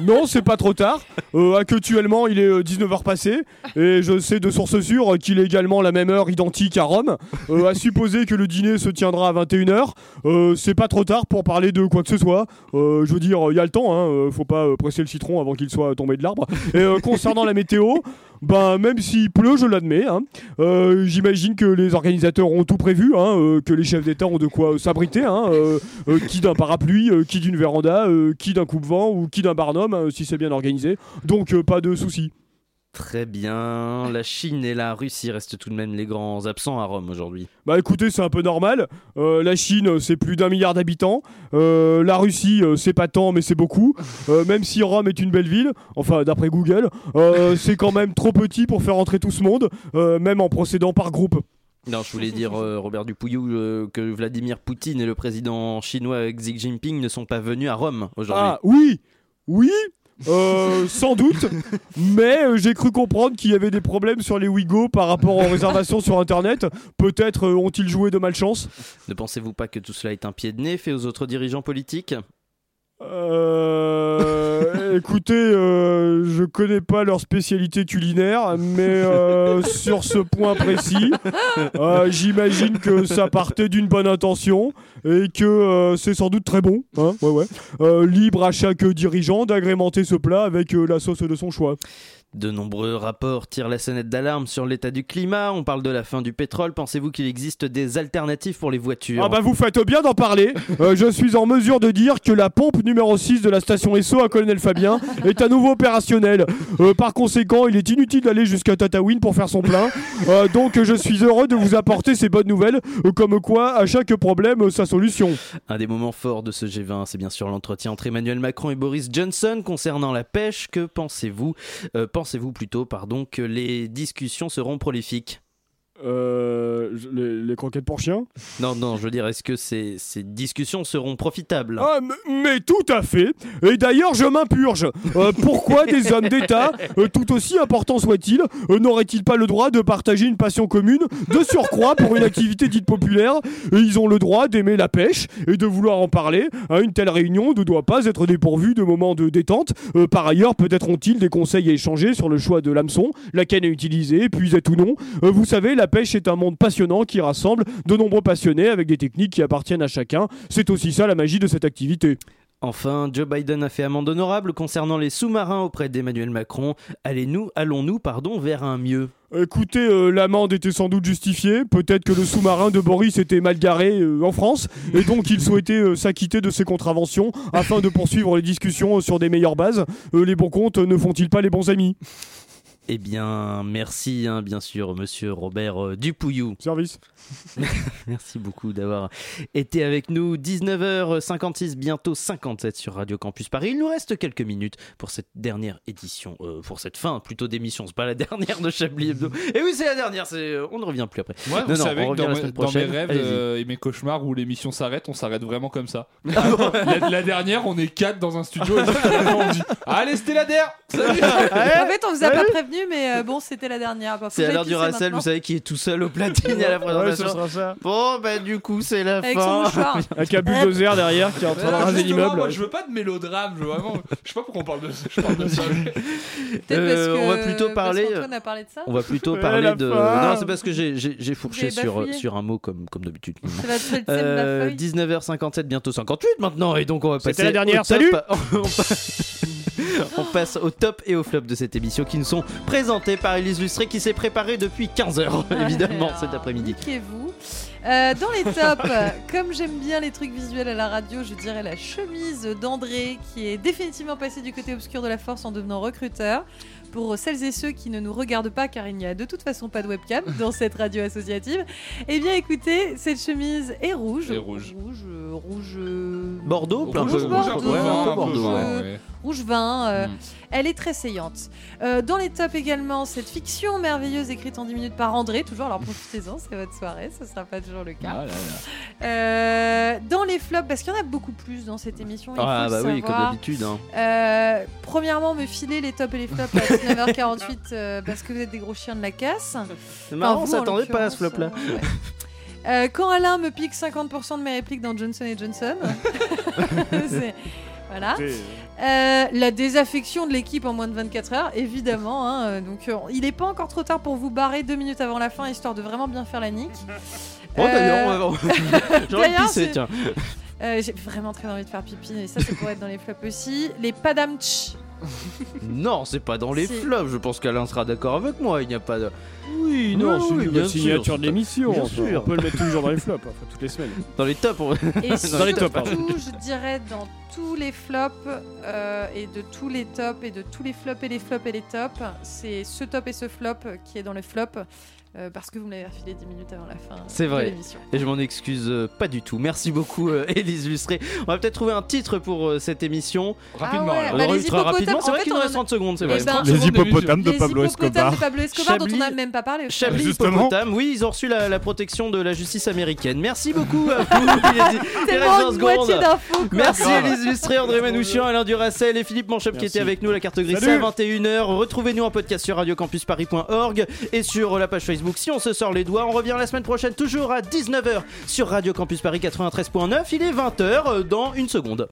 Speaker 11: Non, c'est pas trop tard. Euh, actuellement, il est euh, 19h passé. Et je sais de source sûre euh, qu'il est également la même heure identique à Rome. Euh, à supposer que le dîner se tiendra à 21h, euh, c'est pas trop tard pour parler de quoi que ce soit. Euh, je veux dire, il y a le temps. Hein, euh, faut pas euh, presser le citron avant qu'il soit tombé de l'arbre. Et euh, concernant la météo. Ben, même s'il pleut, je l'admets. hein. Euh, J'imagine que les organisateurs ont tout prévu, hein, euh, que les chefs d'État ont de quoi euh, s'abriter. hein, euh, euh, qui d'un parapluie, euh, qui d'une véranda, euh, qui d'un coupe-vent ou qui d'un barnum, hein, si c'est bien organisé. Donc, euh, pas de soucis.
Speaker 1: Très bien, la Chine et la Russie restent tout de même les grands absents à Rome aujourd'hui.
Speaker 11: Bah écoutez, c'est un peu normal. Euh, la Chine, euh, c'est plus d'un milliard d'habitants. Euh, la Russie, euh, c'est pas tant, mais c'est beaucoup. Euh, même si Rome est une belle ville, enfin d'après Google, euh, c'est quand même trop petit pour faire entrer tout ce monde, euh, même en procédant par groupe.
Speaker 1: Non, je voulais dire, euh, Robert Dupouillou, euh, que Vladimir Poutine et le président chinois euh, Xi Jinping ne sont pas venus à Rome aujourd'hui.
Speaker 11: Ah oui, oui, euh, sans doute, mais euh, j'ai cru comprendre qu'il y avait des problèmes sur les Ouigo par rapport aux réservations sur Internet. Peut-être euh, ont-ils joué de malchance
Speaker 1: Ne pensez-vous pas que tout cela est un pied de nez fait aux autres dirigeants politiques
Speaker 11: Euh, écoutez, euh, je connais pas leur spécialité culinaire, mais euh, sur ce point précis, euh, j'imagine que ça partait d'une bonne intention et que euh, c'est sans doute très bon. hein, ouais, ouais. Euh, libre à chaque dirigeant d'agrémenter ce plat avec euh, la sauce de son choix.
Speaker 1: De nombreux rapports tirent la sonnette d'alarme sur l'état du climat, on parle de la fin du pétrole, pensez-vous qu'il existe des alternatives pour les voitures
Speaker 11: Ah bah vous faites bien d'en parler. Euh, je suis en mesure de dire que la pompe numéro 6 de la station Esso à Colonel Fabien est à nouveau opérationnelle. Euh, par conséquent, il est inutile d'aller jusqu'à Tataouine pour faire son plein. Euh, donc je suis heureux de vous apporter ces bonnes nouvelles, euh, comme quoi à chaque problème euh, sa solution.
Speaker 1: Un des moments forts de ce G20, c'est bien sûr l'entretien entre Emmanuel Macron et Boris Johnson concernant la pêche. Que pensez-vous euh, Pensez-vous plutôt, pardon, que les discussions seront prolifiques
Speaker 11: Euh, les, croquettes pour chiens
Speaker 1: Non, non, je veux dire, est-ce que ces, ces discussions seront profitables
Speaker 11: Ah, m- mais tout à fait. Et d'ailleurs, je m'impurge. Euh, pourquoi des hommes d'État, euh, tout aussi importants soient-ils, euh, n'auraient-ils pas le droit de partager une passion commune, de surcroît pour une activité dite populaire Et ils ont le droit d'aimer la pêche et de vouloir en parler. À une telle réunion ne doit pas être dépourvue de moments de détente. Euh, par ailleurs, peut-être ont-ils des conseils à échanger sur le choix de l'hameçon, la canne à utiliser, puisette ou non. Euh, vous savez, la pêche est un monde passionnant qui rassemble de nombreux passionnés avec des techniques qui appartiennent à chacun. C'est aussi ça la magie de cette activité.
Speaker 1: Enfin, Joe Biden a fait amende honorable concernant les sous-marins auprès d'Emmanuel Macron. Allez-nous, allons-nous, pardon, vers un mieux
Speaker 11: Écoutez, euh, l'amende était sans doute justifiée. Peut-être que le sous-marin de Boris était mal garé euh, en France et donc il souhaitait euh, s'acquitter de ses contraventions afin de poursuivre les discussions euh, sur des meilleures bases. Euh, les bons comptes euh, ne font-ils pas les bons amis
Speaker 1: Eh bien, merci, hein, bien sûr, monsieur Robert euh, Dupouillou.
Speaker 2: Service.
Speaker 1: merci beaucoup d'avoir été avec nous. 19h56, bientôt 57 sur Radio Campus Paris. Il nous reste quelques minutes pour cette dernière édition, euh, pour cette fin plutôt d'émission. C'est pas la dernière de Chablis Hebdo. Et oui, c'est la dernière, c'est... euh, on ne revient plus après.
Speaker 9: Moi,
Speaker 1: Non,
Speaker 9: vous
Speaker 1: non,
Speaker 9: savez
Speaker 1: on
Speaker 9: que
Speaker 1: revient
Speaker 9: dans,
Speaker 1: la
Speaker 9: mes-
Speaker 1: semaine
Speaker 9: dans mes
Speaker 1: prochaine.
Speaker 9: rêves
Speaker 1: Allez-y.
Speaker 9: euh, et mes cauchemars où l'émission s'arrête, on s'arrête vraiment comme ça. la, la dernière, on est quatre dans un studio et finalement, on dit Ah, Allez, c'était la dernière
Speaker 1: Eh,
Speaker 9: Salut
Speaker 8: en fait, on vous a pas prévenu, mais euh, bon, c'était la dernière. Bah, faut
Speaker 1: C'est
Speaker 8: que
Speaker 1: à
Speaker 8: j'aille
Speaker 1: l'heure du
Speaker 8: pisser
Speaker 1: Racel,
Speaker 8: maintenant.
Speaker 1: vous savez, qui est tout seul au platine à la présentation. Bon, bah, du coup, c'est la
Speaker 8: Avec
Speaker 1: fin.
Speaker 8: son mouchoir.
Speaker 2: Avec un bulldozer derrière qui est en train de
Speaker 9: Alors,
Speaker 2: raser
Speaker 9: justement,
Speaker 2: l'immeuble.
Speaker 9: moi, je veux pas de mélodrame, je veux vraiment. Je sais pas pourquoi on parle de ça. Je parle de ça.
Speaker 8: Peut-être parce
Speaker 1: Euh, on va
Speaker 8: que-
Speaker 1: plutôt
Speaker 8: parce
Speaker 1: parler- euh,
Speaker 8: qu'Antoine a parlé de ça.
Speaker 1: On va plutôt
Speaker 8: Ouais,
Speaker 1: parler
Speaker 8: la
Speaker 1: de.
Speaker 8: fin.
Speaker 1: Non, c'est parce que j'ai- j'ai j'ai fourché
Speaker 8: J'ai
Speaker 1: sur,
Speaker 8: bafouillé.
Speaker 1: sur un mot comme, comme d'habitude.
Speaker 8: va te faire le thème de la
Speaker 1: Euh,
Speaker 8: feuille.
Speaker 1: 19h57, bientôt 58 maintenant, et donc on va passer.
Speaker 2: C'était la dernière,
Speaker 1: au top.
Speaker 2: salut
Speaker 1: on, pa- on passe au top et au flop de cette émission qui nous sont présentés par Elise Lustré qui s'est préparée depuis 15h,
Speaker 8: Ah,
Speaker 1: évidemment, cet après-midi.
Speaker 8: vous Euh, dans les tops, euh, comme j'aime bien les trucs visuels à la radio, je dirais la chemise d'André qui est définitivement passée du côté obscur de la force en devenant recruteur. Pour celles et ceux qui ne nous regardent pas, car il n'y a de toute façon pas de webcam dans cette radio associative, eh bien écoutez, cette chemise est rouge.
Speaker 9: Et rouge.
Speaker 8: Rouge, euh, rouge, euh,
Speaker 1: Bordeaux, plein
Speaker 8: rouge,
Speaker 1: peu-
Speaker 8: Bordeaux,
Speaker 1: rouge, ouais, un peu Bordeaux,
Speaker 8: rouge,
Speaker 1: ouais,
Speaker 8: euh,
Speaker 1: ouais.
Speaker 8: rouge vin.
Speaker 1: Mm.
Speaker 8: euh, Elle est très saillante. Euh, dans les tops également, cette fiction merveilleuse écrite en 10 minutes par André. Toujours, alors profitez-en, c'est votre soirée, ce ne sera pas toujours le cas.
Speaker 9: Ah là là.
Speaker 8: Euh, dans les flops, parce qu'il y en a beaucoup plus dans cette émission. il
Speaker 1: Ah
Speaker 8: faut
Speaker 1: bah
Speaker 8: le
Speaker 1: oui, comme
Speaker 8: savoir.
Speaker 1: d'habitude. hein.
Speaker 8: Euh, premièrement, me filer les tops et les flops à 19h48 euh, parce que vous êtes des gros chiens de la casse.
Speaker 1: C'est
Speaker 8: Enfin,
Speaker 1: marrant, on
Speaker 8: vous, en hein,
Speaker 1: s'attendait pas à ce flop-là.
Speaker 8: euh, quand Alain me pique 50% de mes répliques dans Johnson Johnson. C'est- voilà.
Speaker 5: Écoutez,
Speaker 8: Euh, la désaffection de l'équipe en moins de 24 heures, évidemment. hein, euh, donc, euh, il n'est pas encore trop tard pour vous barrer deux minutes avant la fin, histoire de vraiment bien faire la nique.
Speaker 1: Oh, d'ailleurs,
Speaker 8: Euh,
Speaker 1: on va- j'aurais
Speaker 8: d'ailleurs,
Speaker 1: pissé,
Speaker 8: c'est-
Speaker 1: tiens.
Speaker 8: Euh, J'ai vraiment très envie de faire pipi, et ça, ça pourrait être dans les flops aussi. Les padam tch.
Speaker 1: Non, c'est pas dans les
Speaker 8: Si.
Speaker 1: flops. Je pense qu'Alain sera d'accord avec moi. Il n'y a pas de. Oui,
Speaker 2: non,
Speaker 1: oui,
Speaker 2: c'est une
Speaker 1: oui,
Speaker 2: nouvelle
Speaker 1: bien
Speaker 2: signature
Speaker 1: sûr,
Speaker 2: de
Speaker 1: c'est-
Speaker 2: l'émission,
Speaker 1: Bien
Speaker 2: enfin,
Speaker 1: sûr.
Speaker 2: on peut le mettre tous les jours dans les flops, enfin, toutes les semaines.
Speaker 1: Dans les tops. on-
Speaker 8: Et
Speaker 1: dans les tops, pardon.
Speaker 8: surtout, je dirais dans tous les flops euh, et de tous les tops et de tous les flops et les flops et les tops, c'est ce top et ce flop qui est dans le flop euh, parce que vous me l'avez refilé 10 minutes avant la fin.
Speaker 1: C'est
Speaker 8: de
Speaker 1: vrai.
Speaker 8: l'émission.
Speaker 1: Et je m'en excuse euh, pas du tout. Merci beaucoup, euh, Élise Lustré. On va peut-être trouver un titre pour euh, cette émission.
Speaker 8: Rapidement, Ah ouais, alors. bah,
Speaker 1: On
Speaker 8: les
Speaker 1: le fera
Speaker 8: hippopotames,
Speaker 1: rapidement.
Speaker 8: en
Speaker 1: C'est vrai
Speaker 8: fait,
Speaker 1: qu'il nous
Speaker 8: on en
Speaker 1: reste
Speaker 8: a-
Speaker 1: 30 secondes, c'est
Speaker 8: Eh
Speaker 1: vrai.
Speaker 8: ben,
Speaker 11: Les hippopotames de
Speaker 8: Les
Speaker 11: Pablo
Speaker 8: hippopotames
Speaker 11: Escobar.
Speaker 8: de Pablo Escobar dont on n'a
Speaker 1: Chablis-
Speaker 8: même pas parlé.
Speaker 1: Chablis
Speaker 11: Justement.
Speaker 1: hippopotame, oui, ils ont reçu la, la protection de la justice américaine. Merci beaucoup euh, à vous. Il est- il
Speaker 8: Tellement
Speaker 1: reste 20
Speaker 8: une moitié
Speaker 1: secondes.
Speaker 8: d'infos, quoi.
Speaker 1: Merci
Speaker 8: Grave.
Speaker 1: Élise Lustré, André Manouchian, Alain Duracel et Philippe Manchep qui
Speaker 2: Merci.
Speaker 1: étaient avec nous. La carte grise c'est à
Speaker 2: Salut.
Speaker 1: 21h. Retrouvez-nous en podcast sur radiocampusparis.org et sur euh, la page Facebook. Si on se sort les doigts, on revient la semaine prochaine toujours à 19h sur Radio Campus Paris 93.9. Il est 20h euh, dans une seconde.